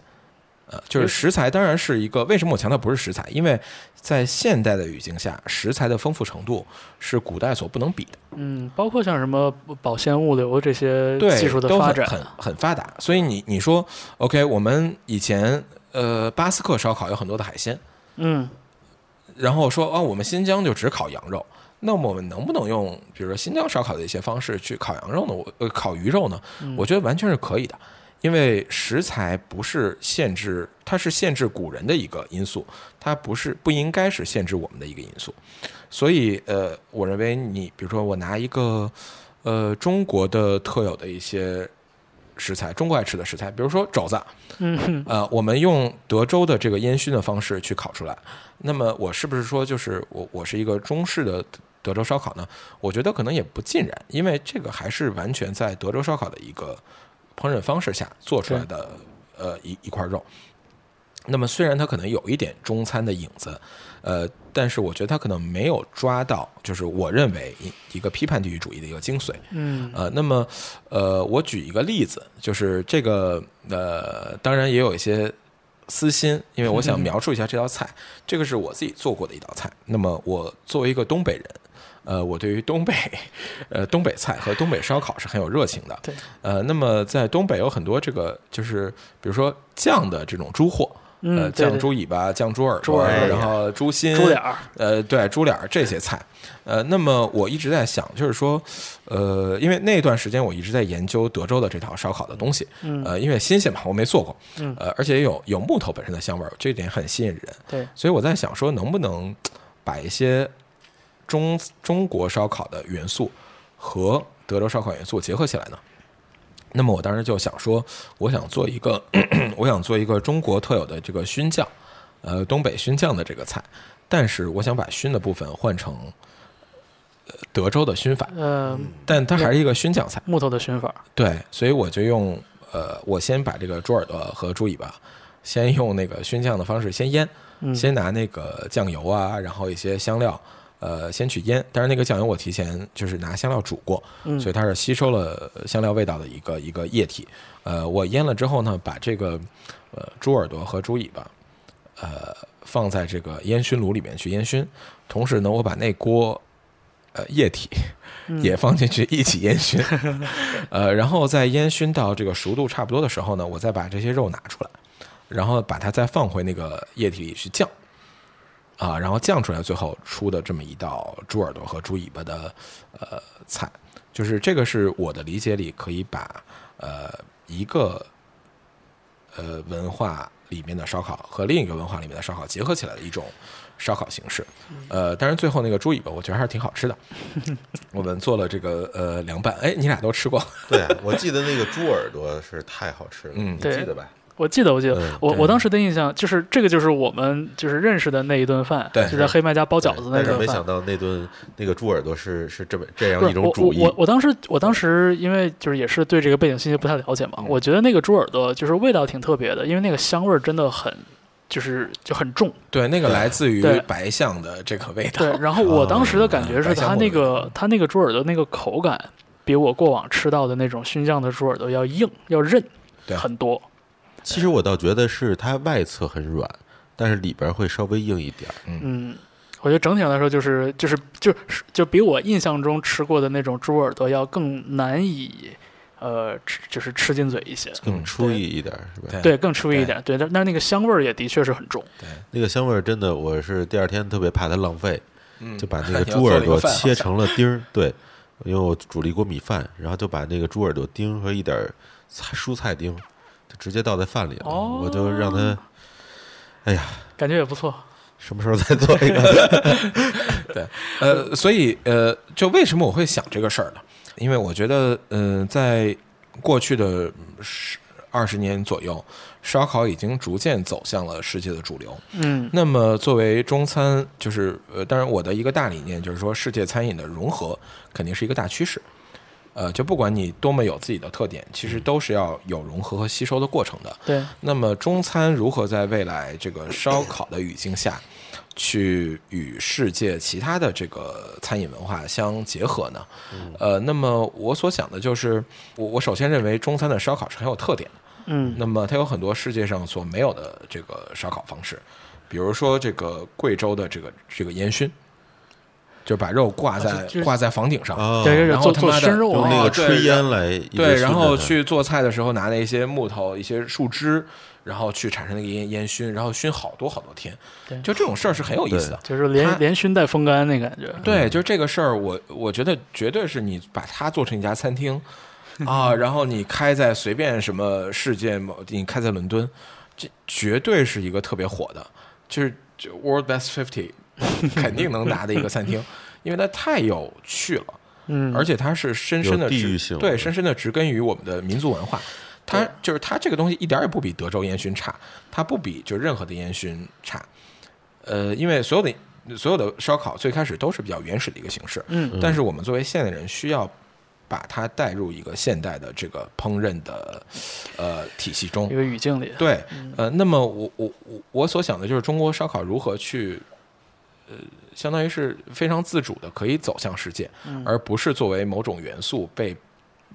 Speaker 1: 呃，
Speaker 2: 嗯
Speaker 1: 就是食材当然是一个，为什么我强调不是食材？因为在现代的语境下，食材的丰富程度是古代所不能比的。
Speaker 2: 嗯，包括像什么保鲜物流这些
Speaker 1: 对，
Speaker 2: 技术的
Speaker 1: 都
Speaker 2: 发
Speaker 1: 很
Speaker 2: 展，
Speaker 1: 很很发达。所以你你说，OK，我们以前呃巴斯克烧烤有很多的海鲜，
Speaker 2: 嗯，
Speaker 1: 然后说啊，我们新疆就只烤羊肉，那么我们能不能用比如说新疆烧烤的一些方式去烤羊肉呢？我呃烤鱼肉呢？我觉得完全是可以的。因为食材不是限制，它是限制古人的一个因素，它不是不应该是限制我们的一个因素。所以，呃，我认为你比如说，我拿一个呃中国的特有的一些食材，中国爱吃的食材，比如说肘子，
Speaker 2: 嗯哼，
Speaker 1: 呃，我们用德州的这个烟熏的方式去烤出来。那么我是不是说，就是我我是一个中式的德州烧烤呢？我觉得可能也不尽然，因为这个还是完全在德州烧烤的一个烹饪方式下做出来的呃一一块肉。那么虽然它可能有一点中餐的影子，呃，但是我觉得它可能没有抓到，就是我认为一一个批判地域主义的一个精髓。
Speaker 2: 嗯
Speaker 1: 呃，那么，呃，我举一个例子，就是这个，呃，当然也有一些私心，因为我想描述一下这道菜，这个是我自己做过的一道菜。那么，我作为一个东北人，呃，我对于东北，呃，东北菜和东北烧烤是很有热情的。
Speaker 2: 对，
Speaker 1: 呃，那么在东北有很多这个，就是比如说酱的这种猪货，
Speaker 2: 嗯
Speaker 1: 呃，
Speaker 2: 对
Speaker 1: 酱
Speaker 2: 对
Speaker 1: 猪尾巴、酱猪耳
Speaker 2: 猪
Speaker 1: 朵，
Speaker 2: 耳朵
Speaker 1: 然后猪心、
Speaker 2: 猪脸儿，
Speaker 1: 呃，对，猪脸儿这些菜，呃，那么我一直在想，就是说，呃，因为那段时间我一直在研究德州的这套烧烤的东西，呃，因为新鲜嘛，我没做过，
Speaker 2: 嗯
Speaker 1: 呃，而且有有木头本身的香味儿，这一点很吸引人，
Speaker 2: 对，
Speaker 1: 所以我在想说，能不能把一些中中国烧烤的元素和德州烧烤元素结合起来呢？那么我当时就想说，我想做一个， 我想做一个中国特有的这个熏酱，呃，东北熏酱的这个菜，但是我想把熏的部分换成呃德州的熏法，
Speaker 2: 呃，
Speaker 1: 但它还是一个熏酱菜。
Speaker 2: 木头的熏法，
Speaker 1: 对，所以我就用呃，我先把这个猪耳朵和猪尾巴，先用那个熏酱的方式先腌，
Speaker 2: 嗯
Speaker 1: 先拿那个酱油啊，然后一些香料，呃，先去腌。但是那个酱油我提前就是拿香料煮过，
Speaker 2: 嗯
Speaker 1: 所以它是吸收了香料味道的一个一个液体。呃，我腌了之后呢，把这个呃猪耳朵和猪尾巴，呃，放在这个烟熏炉里面去烟熏，同时呢，我把那锅呃液体
Speaker 2: 嗯
Speaker 1: 也放进去一起烟熏，呃，然后在烟熏到这个熟度差不多的时候呢，我再把这些肉拿出来，然后把它再放回那个液体里去酱，啊、然后酱出来，最后出的这么一道猪耳朵和猪尾巴的呃菜，就是这个是我的理解里可以把呃一个呃文化里面的烧烤和另一个文化里面的烧烤结合起来的一种烧烤形式，呃，当然最后那个猪尾巴我觉得还是挺好吃的，我们做了这个呃凉拌，哎，你俩都吃过，
Speaker 3: 对 啊，我记得那个猪耳朵是太好吃了，
Speaker 1: 嗯
Speaker 3: 你
Speaker 2: 对
Speaker 3: 记得吧？
Speaker 2: 我记得，我记得，
Speaker 3: 嗯
Speaker 2: 我
Speaker 1: 对
Speaker 2: 我当时的印象就是这个，就是我们就是认识的那一顿饭，
Speaker 1: 对
Speaker 2: 就在黑麦家包饺
Speaker 3: 对
Speaker 2: 子那
Speaker 3: 但是
Speaker 2: 顿
Speaker 3: 没
Speaker 2: 饭
Speaker 3: 想。到那顿那个猪耳朵是是这么这
Speaker 2: 不
Speaker 3: 样
Speaker 2: 是
Speaker 3: 一种
Speaker 2: 我
Speaker 3: 主
Speaker 2: 我
Speaker 3: 义，
Speaker 2: 我我当时我当时因为就是也是对这个背景信息不太了解嘛，我觉得那个猪耳朵就是味道挺特别的，因为那个香味儿真的很就是就很重。
Speaker 1: 对，那个来自于
Speaker 2: 对
Speaker 1: 白象的这个味道
Speaker 2: 对，，然后我当时的感觉
Speaker 1: 白
Speaker 2: 是
Speaker 1: 香
Speaker 2: 它
Speaker 1: 味
Speaker 2: 那
Speaker 1: 儿
Speaker 2: 个它那个猪耳朵那个口感比我过往吃到的那种熏酱的猪耳朵要硬要韧
Speaker 1: 对
Speaker 2: 很多。
Speaker 3: 其实我倒觉得是它外侧很软，但是里边会稍微硬一点儿。
Speaker 2: 嗯，我觉得整体上来说就是就是就是就比我印象中吃过的那种猪耳朵要更难以呃吃就是吃进嘴一些，
Speaker 3: 更出意一点儿是吧？
Speaker 1: 对
Speaker 2: 对，更吃味一点，对，但但是那个香味儿也的确是很重，
Speaker 3: 那个香味儿真的，我是第二天特别怕它浪费，
Speaker 1: 嗯
Speaker 3: 就把 那个猪
Speaker 1: 你要做了一
Speaker 3: 耳
Speaker 1: 个
Speaker 3: 朵
Speaker 1: 饭
Speaker 3: 切成了丁儿。对，因为我煮了一锅米饭，然后就把那个猪耳朵丁和一点儿菜蔬菜丁，就直接倒在饭里了。
Speaker 2: 哦
Speaker 3: 我就让它，哎呀，
Speaker 2: 感觉也不错。
Speaker 3: 什么时候再做一 个？
Speaker 1: 呃，所以呃，就为什么我会想这个事儿呢？因为我觉得，嗯、在过去的十二十年左右，烧烤已经逐渐走向了世界的主流。
Speaker 2: 嗯
Speaker 1: 那么，作为中餐，就是呃，当然我的一个大理念就是说，世界餐饮的融合肯定是一个大趋势。呃，就不管你多么有自己的特点，其实都是要有融合和吸收的过程的。
Speaker 2: 对，
Speaker 1: 那么中餐如何在未来这个烧烤的语境下，去与世界其他的这个餐饮文化相结合呢？呃，那么我所想的就是，我我首先认为中餐的烧烤是很有特点的，
Speaker 2: 嗯
Speaker 1: 那么它有很多世界上所没有的这个烧烤方式，比如说这个贵州的这个这个烟熏，就把肉挂在、
Speaker 2: 就就是
Speaker 1: 挂在房顶上。
Speaker 3: 哦
Speaker 2: 对，这
Speaker 1: 然
Speaker 2: 是
Speaker 1: 后
Speaker 2: 做
Speaker 1: 他
Speaker 2: 做
Speaker 1: 妈的
Speaker 2: 熏肉
Speaker 1: 用
Speaker 3: 用
Speaker 2: 啊
Speaker 3: 那
Speaker 1: 哦
Speaker 3: 个
Speaker 1: 对
Speaker 3: 炊烟来一
Speaker 1: 对，
Speaker 3: 直
Speaker 1: 然
Speaker 3: 熏
Speaker 1: 后
Speaker 3: 着它
Speaker 1: 去做菜的时候拿了一些木头、一些树枝，然后去产生那个烟烟熏，然后熏好多好多天
Speaker 2: 对，
Speaker 1: 就这种事儿是很有意思的。
Speaker 2: 就是连
Speaker 1: 它
Speaker 2: 连熏带风干那感觉。
Speaker 1: 对，就这个事儿，我我觉得绝对是你把它做成一家餐厅，啊，然后你开在随便什么世界某地，你开在伦敦，这绝对是一个特别火的，就是就 World Best Fifty 肯定能拿的一个餐厅，因为它太有趣了，
Speaker 2: 嗯，
Speaker 1: 而且它是深深的
Speaker 3: 有地域性
Speaker 1: 对，深深的植根于我们的民族文化。它就是它这个东西一点儿也不比德州烟熏差，它不比就任何的烟熏差。呃，因为所有的所有的烧烤最开始都是比较原始的一个形式，
Speaker 2: 嗯，
Speaker 1: 但是我们作为现代人，需要把它带入一个现代的这个烹饪的呃体系中
Speaker 2: 一。个语境里，啊
Speaker 1: 对，呃，那么我我我我所想的就是中国烧烤如何去，呃，相当于是非常自主的可以走向世界，而不是作为某种元素被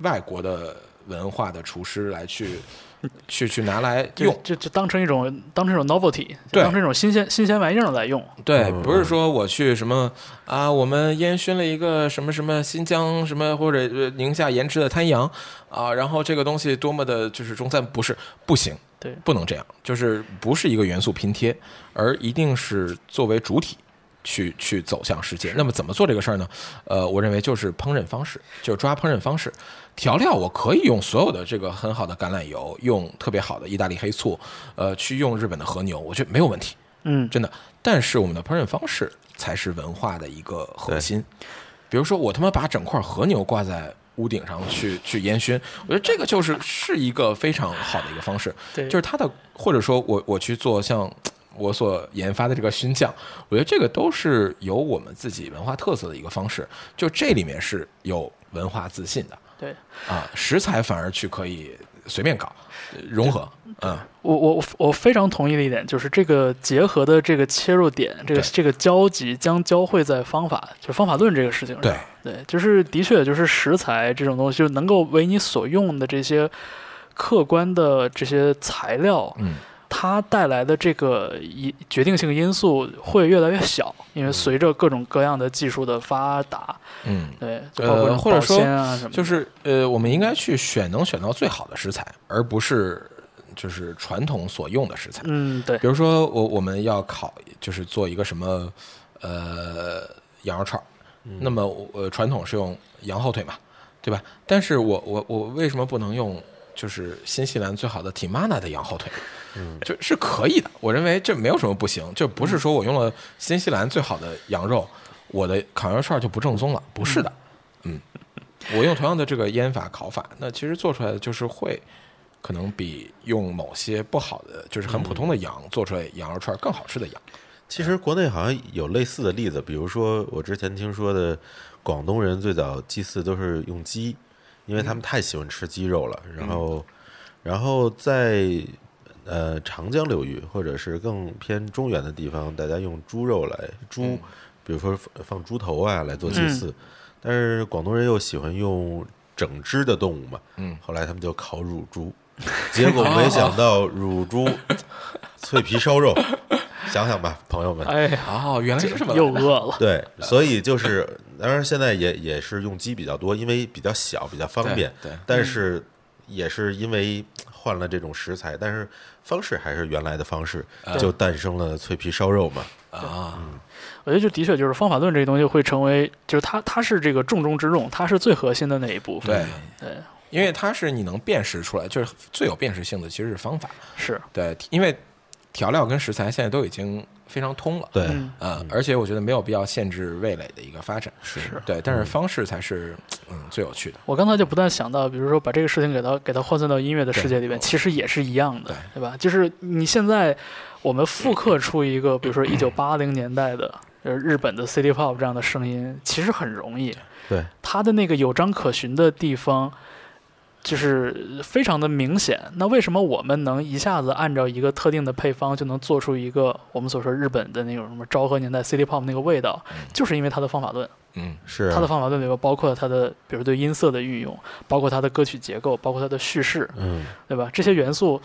Speaker 1: 外国的文化的厨师来去去去拿来
Speaker 2: 这
Speaker 1: 用。
Speaker 2: 这这当成一种当成一种 novelty，
Speaker 1: 对
Speaker 2: 当成一种新鲜新鲜玩意儿来用，
Speaker 1: 对，
Speaker 3: 嗯
Speaker 1: 不是说我去什么啊，我们烟熏了一个什么什么新疆什么或者呃宁夏盐池的滩羊啊，然后这个东西多么的就是中餐，不是不行，
Speaker 2: 对
Speaker 1: 不能这样，就是不是一个元素拼贴，而一定是作为主体。去去走向世界，那么怎么做这个事儿呢？呃，我认为就是烹饪方式，就是抓烹饪方式。调料我可以用所有的这个很好的橄榄油，用特别好的意大利黑醋，呃，去用日本的和牛，我觉得没有问题。
Speaker 2: 嗯，
Speaker 1: 真的。但是我们的烹饪方式才是文化的一个核心。比如说，我他妈把整块和牛挂在屋顶上去去烟熏，我觉得这个就是是一个非常好的一个方式。
Speaker 2: 对，
Speaker 1: 就是它的，或者说我我去做像我所研发的这个熏酱，我觉得这个都是有我们自己文化特色的一个方式。就这里面是有文化自信的
Speaker 2: 对
Speaker 1: 啊，食材反而去可以随便搞呃融合，嗯。
Speaker 2: 我我我非常同意的一点就是这个结合的这个切入点，这个
Speaker 1: 对
Speaker 2: 这个交集将交汇在方法，就方法论这个事情上。
Speaker 1: 对
Speaker 2: 对，就是的确就是食材这种东西，就能够为你所用的这些客观的这些材料，
Speaker 1: 嗯，
Speaker 2: 它带来的这个一决定性因素会越来越小，因为随着各种各样的技术的发达，
Speaker 1: 嗯，
Speaker 2: 对，就
Speaker 1: 呃
Speaker 2: 包括这种
Speaker 1: 或者
Speaker 2: 保
Speaker 1: 说
Speaker 2: 鲜啊什么的，
Speaker 1: 就是呃，我们应该去选能选到最好的食材，而不是就是传统所用的食材。
Speaker 2: 嗯，对
Speaker 1: 比，如说我我们要烤，就是做一个什么呃羊肉串儿，那么我呃传统是用羊后腿嘛，对吧？但是我我我为什么不能用就是新西兰最好的 Timana 的羊后腿？就是可以的，我认为这没有什么不行，就不是说我用了新西兰最好的羊肉，我的烤羊肉串儿就不正宗了，不是的，嗯，我用同样的这个腌法烤法，那其实做出来的就是会可能比用某些不好的，就是很普通的羊做出来羊肉串儿更好吃的羊，
Speaker 3: 其实国内好像有类似的例子，比如说我之前听说的，广东人最早祭祀都是用鸡，因为他们太喜欢吃鸡肉了。然后，然后在呃长江流域或者是更偏中原的地方，大家用猪肉来猪，比如说放放猪头啊来做祭祀。但是广东人又喜欢用整只的动物嘛，
Speaker 1: 嗯
Speaker 3: 后来他们就烤乳猪，结果没想到乳猪脆皮烧肉。想想吧，朋友们，
Speaker 2: 哎呀，
Speaker 1: 哦，原来是这么来的
Speaker 2: 又饿 了，
Speaker 3: 对，所以就是，当然现在也也是用鸡比较多，因为比较小，比较方便。
Speaker 1: 对对
Speaker 3: 但是也是因为换了这种食材，但是方式还是原来的方式，就诞生了脆皮烧肉嘛。
Speaker 1: 啊，
Speaker 2: 我觉得就的确就是方法论这个东西会成为，就是它它是这个重中之重，它是最核心的那一部分。
Speaker 1: 对，
Speaker 2: 对
Speaker 1: 因为它是你能辨识出来，就是最有辨识性的其实是方法，
Speaker 2: 是，
Speaker 1: 对，因为调料跟食材现在都已经非常通了，
Speaker 3: 对，
Speaker 2: 嗯，
Speaker 1: 啊，而且我觉得没有必要限制味蕾的一个发展，
Speaker 2: 是
Speaker 1: 对，但是嗯方式才是嗯最有趣的。
Speaker 2: 我刚才就不断想到，比如说把这个事情给它给它换算到音乐的世界里面，其实也是一样的，对吧？就是你现在我们复刻出一个，比如说一九八零年代的。就是日本的 City Pop 这样的声音，其实很容易。
Speaker 3: 对，
Speaker 2: 它的那个有章可循的地方，就是非常的明显。那为什么我们能一下子按照一个特定的配方就能做出一个我们所说日本的那种什么昭和年代 City Pop 那个味道？就是因为它的方法论，
Speaker 1: 嗯，
Speaker 3: 是啊
Speaker 2: 它的方法论里面包括它的，比如对音色的运用，包括它的歌曲结构，包括它的叙事，
Speaker 3: 嗯，
Speaker 2: 对吧？这些元素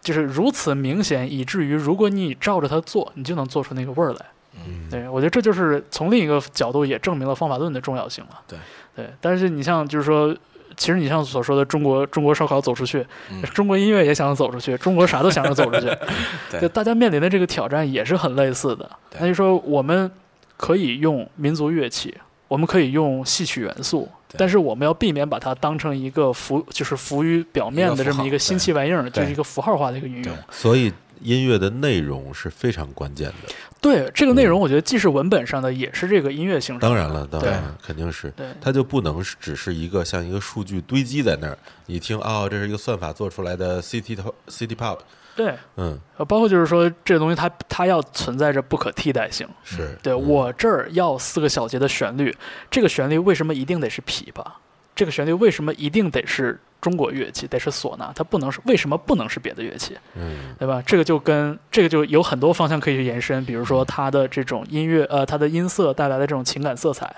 Speaker 2: 就是如此明显，以至于如果你照着它做，你就能做出那个味儿来。
Speaker 1: 嗯，
Speaker 2: 对，我觉得这就是从另一个角度也证明了方法论的重要性了。
Speaker 1: 对，
Speaker 2: 对，但是你像就是说。其实你像所说的中国中国烧烤走出去，
Speaker 1: 嗯，
Speaker 2: 中国音乐也想走出去，中国啥都想着走出去
Speaker 1: 对
Speaker 2: 就大家面临的这个挑战也是很类似的。
Speaker 1: 对
Speaker 2: 那就说我们可以用民族乐器，我们可以用戏曲元素，
Speaker 1: 对
Speaker 2: 但是我们要避免把它当成一个浮，就是浮于表面的这么一
Speaker 1: 一
Speaker 2: 个
Speaker 1: 个符号
Speaker 2: 新奇玩意儿，
Speaker 1: 对
Speaker 2: 就是一个符号化的一个运用。
Speaker 3: 所以音乐的内容是非常关键的。
Speaker 2: 对这个
Speaker 1: 嗯
Speaker 2: 内容，我觉得既是文本上的，也是这个音乐性上的。
Speaker 3: 当然了，当然了，肯定是
Speaker 2: 对，
Speaker 3: 它就不能是只是一个像一个数据堆积在那儿。你听，哦，这是一个算法做出来的 City to- City Pop，
Speaker 2: 对，
Speaker 3: 嗯，
Speaker 2: 呃包括就是说这个东西它它要存在着不可替代性。
Speaker 3: 是
Speaker 2: 对、
Speaker 3: 嗯
Speaker 2: 我这儿要四个小节的旋律，这个旋律为什么一定得是琵琶？这个旋律为什么一定得是中国乐器，得是唢呐？它不能是为什么不能是别的乐器？
Speaker 3: 嗯
Speaker 2: 对吧？这个就跟这个就有很多方向可以去延伸，比如说
Speaker 1: 嗯
Speaker 2: 它的这种音乐，呃，它的音色带来的这种情感色彩，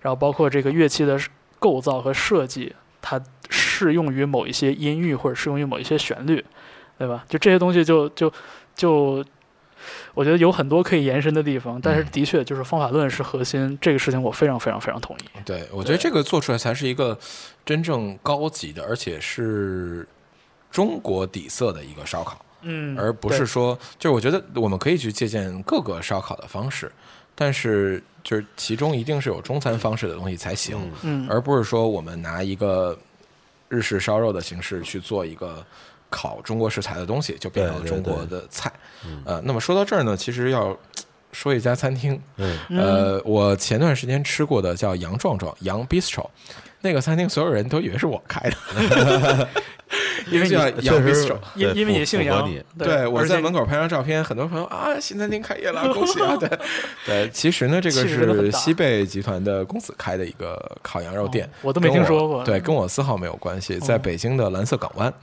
Speaker 2: 然后包括这个乐器的构造和设计，它适用于某一些音域或者适用于某一些旋律，对吧？就这些东西就就就，我觉得有很多可以延伸的地方，
Speaker 1: 嗯
Speaker 2: 但是的确就是方法论是核心，这个事情我非常非常非常同意。
Speaker 1: 对，我觉得这个做出来才是一个真正高级的，而且是中国底色的一个烧烤，
Speaker 2: 嗯
Speaker 1: 而不是说，就是我觉得我们可以去借鉴各个烧烤的方式，但是就是其中一定是有中餐方式的东西才行，
Speaker 2: 嗯
Speaker 3: 嗯
Speaker 1: 而不是说我们拿一个日式烧肉的形式去做一个烤中国食材的东西，就变成了
Speaker 3: 对
Speaker 1: 中
Speaker 3: 对
Speaker 1: 国的菜
Speaker 3: 嗯。
Speaker 1: 呃，那么说到这儿呢，其实要说一家餐厅，
Speaker 3: 嗯，
Speaker 1: 呃，我前段时间吃过的叫杨壮壮杨 Bistro，那个餐厅所有人都以为是我开的， 因为叫杨
Speaker 3: 确实
Speaker 1: Bistro。
Speaker 2: 因
Speaker 3: 对
Speaker 2: 因为
Speaker 3: 符
Speaker 2: 你姓
Speaker 3: 符合
Speaker 2: 杨
Speaker 3: 你，
Speaker 1: 对，我
Speaker 2: 而且
Speaker 1: 在门口拍张照片，很多朋友啊，新餐厅开业 了，恭喜啊！对，对，其实呢，这个
Speaker 2: 气势都很
Speaker 1: 是
Speaker 2: 大
Speaker 1: 西贝集团的公子开的一个烤羊肉店，
Speaker 2: 哦我都没
Speaker 1: 跟
Speaker 2: 听说过哦
Speaker 1: 对，跟我丝毫没有关系，在北京的蓝色港湾。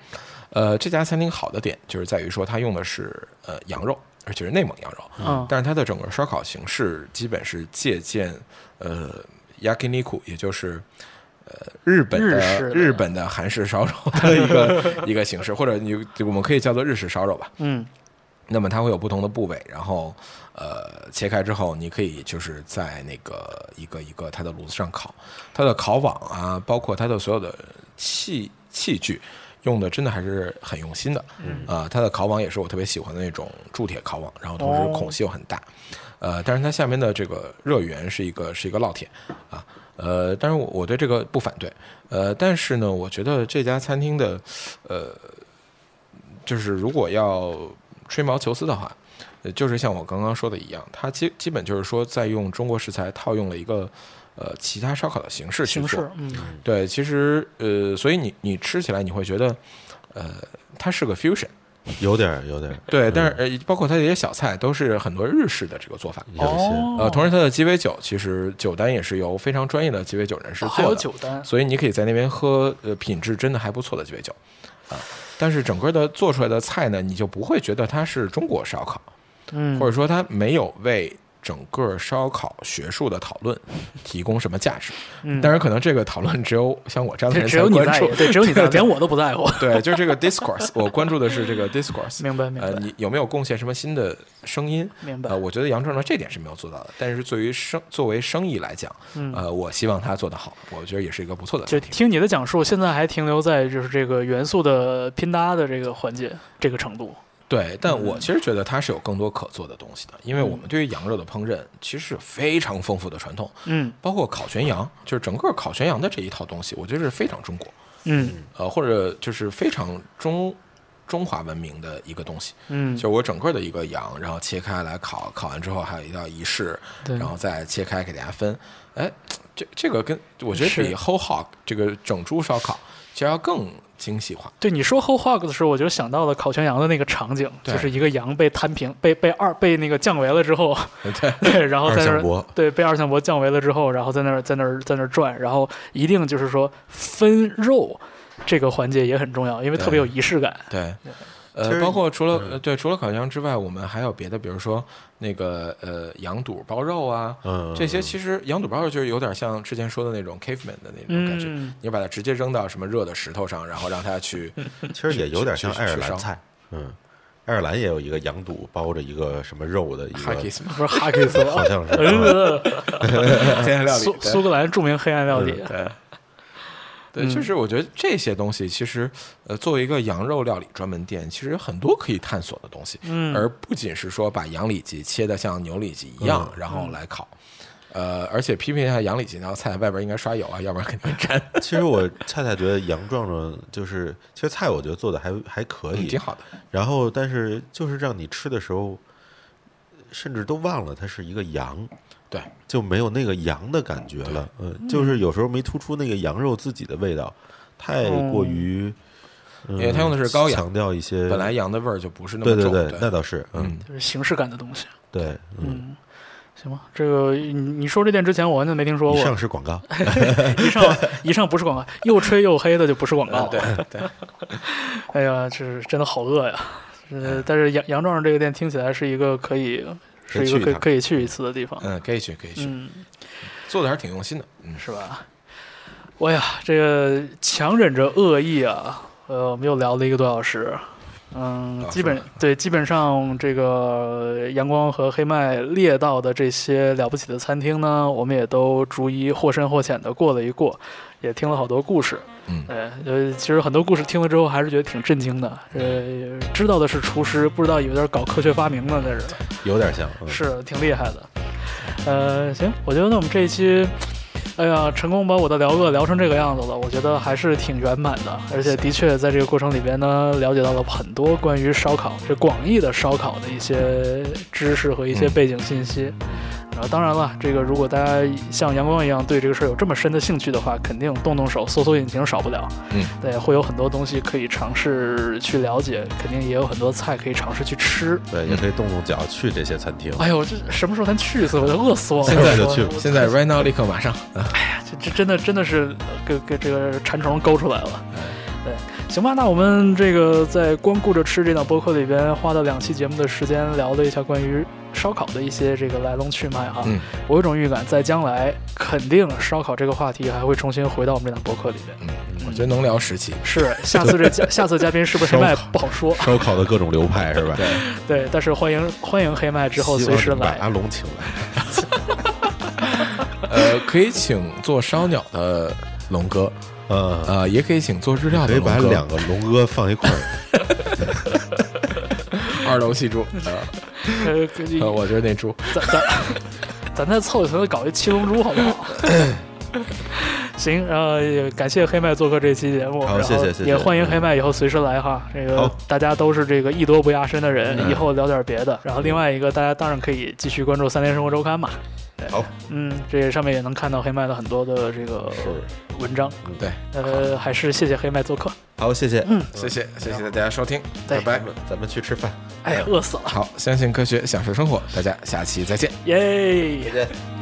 Speaker 1: 呃，这家餐厅好的点就是在于说，它用的是呃羊肉，而且是内蒙羊肉，
Speaker 2: 嗯
Speaker 1: 但是它的整个烧烤形式基本是借鉴呃 yakiniku，也就是。呃，日本的
Speaker 2: 日式的
Speaker 1: 日本的韩式烧肉的一 个一个形式，或者你我们可以叫做日式烧肉吧，
Speaker 2: 嗯
Speaker 1: 那么它会有不同的部位，然后呃切开之后，你可以就是在那个一个一个它的炉子上烤，它的烤网啊，包括它的所有的器器具。用的真的还是很用心的，
Speaker 2: 嗯
Speaker 1: 啊、它的烤网也是我特别喜欢的那种铸铁烤网，然后同时
Speaker 2: 哦
Speaker 1: 孔隙又很大，呃，但是它下面的这个热源是一个是一个烙铁啊，呃，当然我我对这个不反对，呃，但是呢，我觉得这家餐厅的，呃，就是如果要吹毛求疵的话，呃，就是像我刚刚说的一样，它基基本就是说在用中国食材套用了一个呃其他烧烤的形式去
Speaker 2: 形
Speaker 1: 做
Speaker 2: 式，嗯
Speaker 1: 对，其实呃，所以你你吃起来你会觉得，呃，它是个 fusion。
Speaker 3: 有点儿有点儿
Speaker 1: 对，但是呃，包括它这些小菜都是很多日式的这个做法。
Speaker 2: 哦
Speaker 3: 有一些
Speaker 1: 呃，同时它的鸡尾酒，其实酒单也是由非常专业的鸡尾酒人士
Speaker 2: 哦还
Speaker 1: 做
Speaker 2: 有
Speaker 1: 的，
Speaker 2: 酒单，
Speaker 1: 所以你可以在那边喝呃品质真的还不错的鸡尾酒啊。但是整个的做出来的菜呢，你就不会觉得它是中国烧烤，
Speaker 2: 嗯
Speaker 1: 或者说它没有为整个烧烤学术的讨论提供什么价值。
Speaker 2: 嗯
Speaker 1: 当然，可能这个讨论只有像我这 样的人
Speaker 2: 只
Speaker 1: 才
Speaker 2: 有你
Speaker 1: 关
Speaker 2: 在
Speaker 1: 注
Speaker 2: 意，，对，只有你在意，连我都不在乎。
Speaker 1: 对，就是这个 discourse，我关注的是这个 discourse。
Speaker 2: 明白，明
Speaker 1: 呃，
Speaker 2: 白，
Speaker 1: 你有没有贡献什么新的声音？
Speaker 2: 明白
Speaker 1: 呃，。我觉得杨壮壮这点是没有做到的，但是对于生作为生意来讲，
Speaker 2: 嗯
Speaker 1: 呃，我希望他做得好，我觉得也是一个不错的
Speaker 2: 就
Speaker 1: 餐厅。
Speaker 2: 听你的讲述，现在还停留在就是这个元素的拼搭的这个环节这个程度。
Speaker 1: 对，
Speaker 2: 嗯
Speaker 1: 但我其实觉得它是有更多可做的东西的，因为我们对于羊肉的烹饪其实有非常丰富的传统，
Speaker 2: 嗯
Speaker 1: 包括烤全羊，就是整个烤全羊的这一套东西，我觉得是非常中国，
Speaker 2: 嗯
Speaker 1: 呃，或者就是非常中中华文明的一个东西。
Speaker 2: 嗯，
Speaker 1: 就我整个的一个羊，然后切开来烤，烤完之后还有一道仪式，
Speaker 2: 对
Speaker 1: 然后再切开给大家分。哎，这这个跟我觉得
Speaker 2: 是
Speaker 1: 比 whole hog 这个整猪烧烤其实要更精细化。
Speaker 2: 对你说 whole hog 的时候，我就想到了烤全羊的那个场景，
Speaker 1: 对
Speaker 2: 就是一个羊被摊平，被被二被那个降维了之 后，
Speaker 1: 对，
Speaker 2: 对，然后
Speaker 3: 二
Speaker 2: 在那
Speaker 3: 向
Speaker 2: 儿
Speaker 3: 箔
Speaker 2: 对被二向箔降维了之后，然后在那儿在那儿在那儿转，然后一定就是说分肉这个环节也很重要，因为特别有仪式感。
Speaker 1: 对，
Speaker 3: 其
Speaker 1: 呃，
Speaker 3: 实嗯
Speaker 1: 包括除了、呃对除了烤羊之外，我们还有别的，比如说那个呃羊肚包肉啊，
Speaker 3: 嗯
Speaker 1: 这些其实羊肚包肉就是有点像之前说的那种 caveman 的那种感觉，
Speaker 2: 嗯
Speaker 1: 你把它直接扔到什么热的石头上，然后让它去
Speaker 3: 其实也有点像
Speaker 1: 去
Speaker 3: 爱尔
Speaker 1: 去烧
Speaker 3: 兰菜，嗯，爱尔兰也有一个羊肚包着一个什么肉的一
Speaker 1: h a c k i
Speaker 3: 个，
Speaker 1: s
Speaker 2: 不是哈克斯，
Speaker 3: 好 像是嗯
Speaker 2: 呃
Speaker 1: 黑暗料理
Speaker 2: 苏
Speaker 1: 对嗯
Speaker 2: 苏格兰著名黑暗 料理，
Speaker 1: 对，对，就是我觉得这些东西其实，呃，作为一个羊肉料理专门店，其实有很多可以探索的东西，
Speaker 2: 嗯
Speaker 3: 嗯
Speaker 1: 而不仅是说把羊里脊切的像牛里脊一样，然后来烤。呃，而且批评一下杨里脊那道菜，外边应该刷油啊，要不然肯定粘。
Speaker 3: 其实我恰恰觉得杨壮壮就是，其实菜我觉得做的还还可以，
Speaker 1: 挺好的。
Speaker 3: 然后，但是就是让你吃的时候，甚至都忘了它是一个羊，
Speaker 1: 对，
Speaker 3: 就没有那个羊的感觉了。嗯，就是有时候没突出那个羊肉自己的味道，太
Speaker 2: 哦
Speaker 3: 过于，因
Speaker 1: 因为它用的是羔羊
Speaker 3: 强调一些
Speaker 1: 本来羊的味儿就不是那
Speaker 3: 对
Speaker 1: 么
Speaker 3: 对
Speaker 1: 重。
Speaker 3: 对，那倒是，嗯，
Speaker 1: 嗯，
Speaker 2: 就是形式感的东西。
Speaker 3: 对，嗯，
Speaker 2: 嗯，行吧，这个你你说这店之前我完全没听说
Speaker 3: 以
Speaker 2: 过，
Speaker 3: 上是广告，
Speaker 2: 一上一上不是广告，又吹又黑的就不是广告
Speaker 1: 嗯
Speaker 2: 了。
Speaker 1: 对
Speaker 3: 哦
Speaker 1: 对，
Speaker 2: 哎呀，这是真的好饿呀！呃，但是杨杨壮这个店听起来是一个可以
Speaker 3: 可以
Speaker 2: 是一个
Speaker 3: 去
Speaker 2: 可以
Speaker 3: 一趟
Speaker 2: 可以去一次的地方，
Speaker 1: 嗯，可以去可以去，
Speaker 2: 嗯，
Speaker 1: 做的还是挺用心的。嗯，
Speaker 2: 是吧？哎呀，这个强忍着恶意啊，呃，我们又聊了一个多小时。嗯，
Speaker 1: 啊
Speaker 2: 基
Speaker 1: 是
Speaker 2: 本
Speaker 1: 吧
Speaker 2: 对，基本上这个阳光和黑麦列到的这些了不起的餐厅呢，我们也都逐一或深或浅的过了一过，也听了好多故事。
Speaker 1: 嗯
Speaker 2: 哎，呃，其实很多故事听了之后还是觉得挺震惊的。呃，知道的是厨师，不知道有点搞科学发明呢，这是。
Speaker 3: 有点像，嗯，
Speaker 2: 是挺厉害的。呃，行，我觉得那我们这一期，哎呀，成功把我的聊饿聊成这个样子了，我觉得还是挺圆满的，而且的确在这个过程里边呢，了解到了很多关于烧烤这广义的烧烤的一些知识和一些
Speaker 1: 嗯
Speaker 2: 背景信息。然后当然了，这个如果大家像阳光一样对这个事儿有这么深的兴趣的话，肯定动动手搜搜引擎少不了。
Speaker 1: 嗯，
Speaker 2: 对，会有很多东西可以尝试去了解，肯定也有很多菜可以尝试去吃。
Speaker 3: 对，也可以动动脚去这些餐厅，
Speaker 2: 哎呦，这什么时候咱去一次？我都饿死我了。
Speaker 3: 现在就去吧
Speaker 2: 我
Speaker 1: 现在 right now 立刻马上，
Speaker 2: 这这真的真的是给给这个馋虫勾出来了。
Speaker 3: 哎
Speaker 2: 对，行吧，那我们这个在光顾着吃这档播客里边花了两期节目的时间，聊了一下关于烧烤的一些这个来龙去脉哈。
Speaker 1: 嗯
Speaker 2: 我有种预感，在将来肯定烧烤这个话题还会重新回到我们这档播客里边。
Speaker 1: 嗯，我觉得能聊十期。
Speaker 2: 是，下次这嘉下次嘉宾是不是黑麦不好说。
Speaker 3: 烧烤的各种流派是吧？
Speaker 1: 对，
Speaker 2: 对，但是欢迎欢迎黑麦之后
Speaker 3: 希
Speaker 2: 随
Speaker 3: 望
Speaker 2: 时
Speaker 3: 能把
Speaker 2: 来。
Speaker 3: 阿龙请来，
Speaker 1: 呃，可以请做烧鸟的龙哥，
Speaker 3: 嗯，
Speaker 1: 呃，也可以请做日料
Speaker 3: 可
Speaker 1: 的
Speaker 3: 以
Speaker 1: 龙
Speaker 3: 把
Speaker 1: 哥，
Speaker 3: 两个龙哥放一 块儿。
Speaker 1: 二楼戏珠，呃
Speaker 2: 呃，
Speaker 1: 呃，我就是那猪，
Speaker 2: 咱咱咱 再凑一凑，搞一七龙珠好不 好？行，呃，也感谢黑麦做客这期节目，
Speaker 3: 好
Speaker 2: 然后
Speaker 3: 谢谢谢谢嗯
Speaker 2: 也欢迎黑麦以后随时来哈。这个
Speaker 3: 好嗯
Speaker 2: 大家都是这个艺多不压身的人，以后聊点别的。然后另外一个，大家当然可以继续关注《三联生活周刊》嘛。对
Speaker 3: 好，
Speaker 2: 嗯，这上面也能看到黑麦的很多的这个文章。
Speaker 1: 对，
Speaker 2: 呃，还是谢谢黑麦做客。
Speaker 3: 好，谢谢，
Speaker 2: 嗯
Speaker 1: 谢谢谢谢大家收听，
Speaker 2: 对
Speaker 1: 拜拜。
Speaker 3: 咱们去吃饭。
Speaker 2: 哎，饿死了，
Speaker 1: 好，相信科学，享受生活，大家下期再见。
Speaker 2: 耶！
Speaker 3: 再见。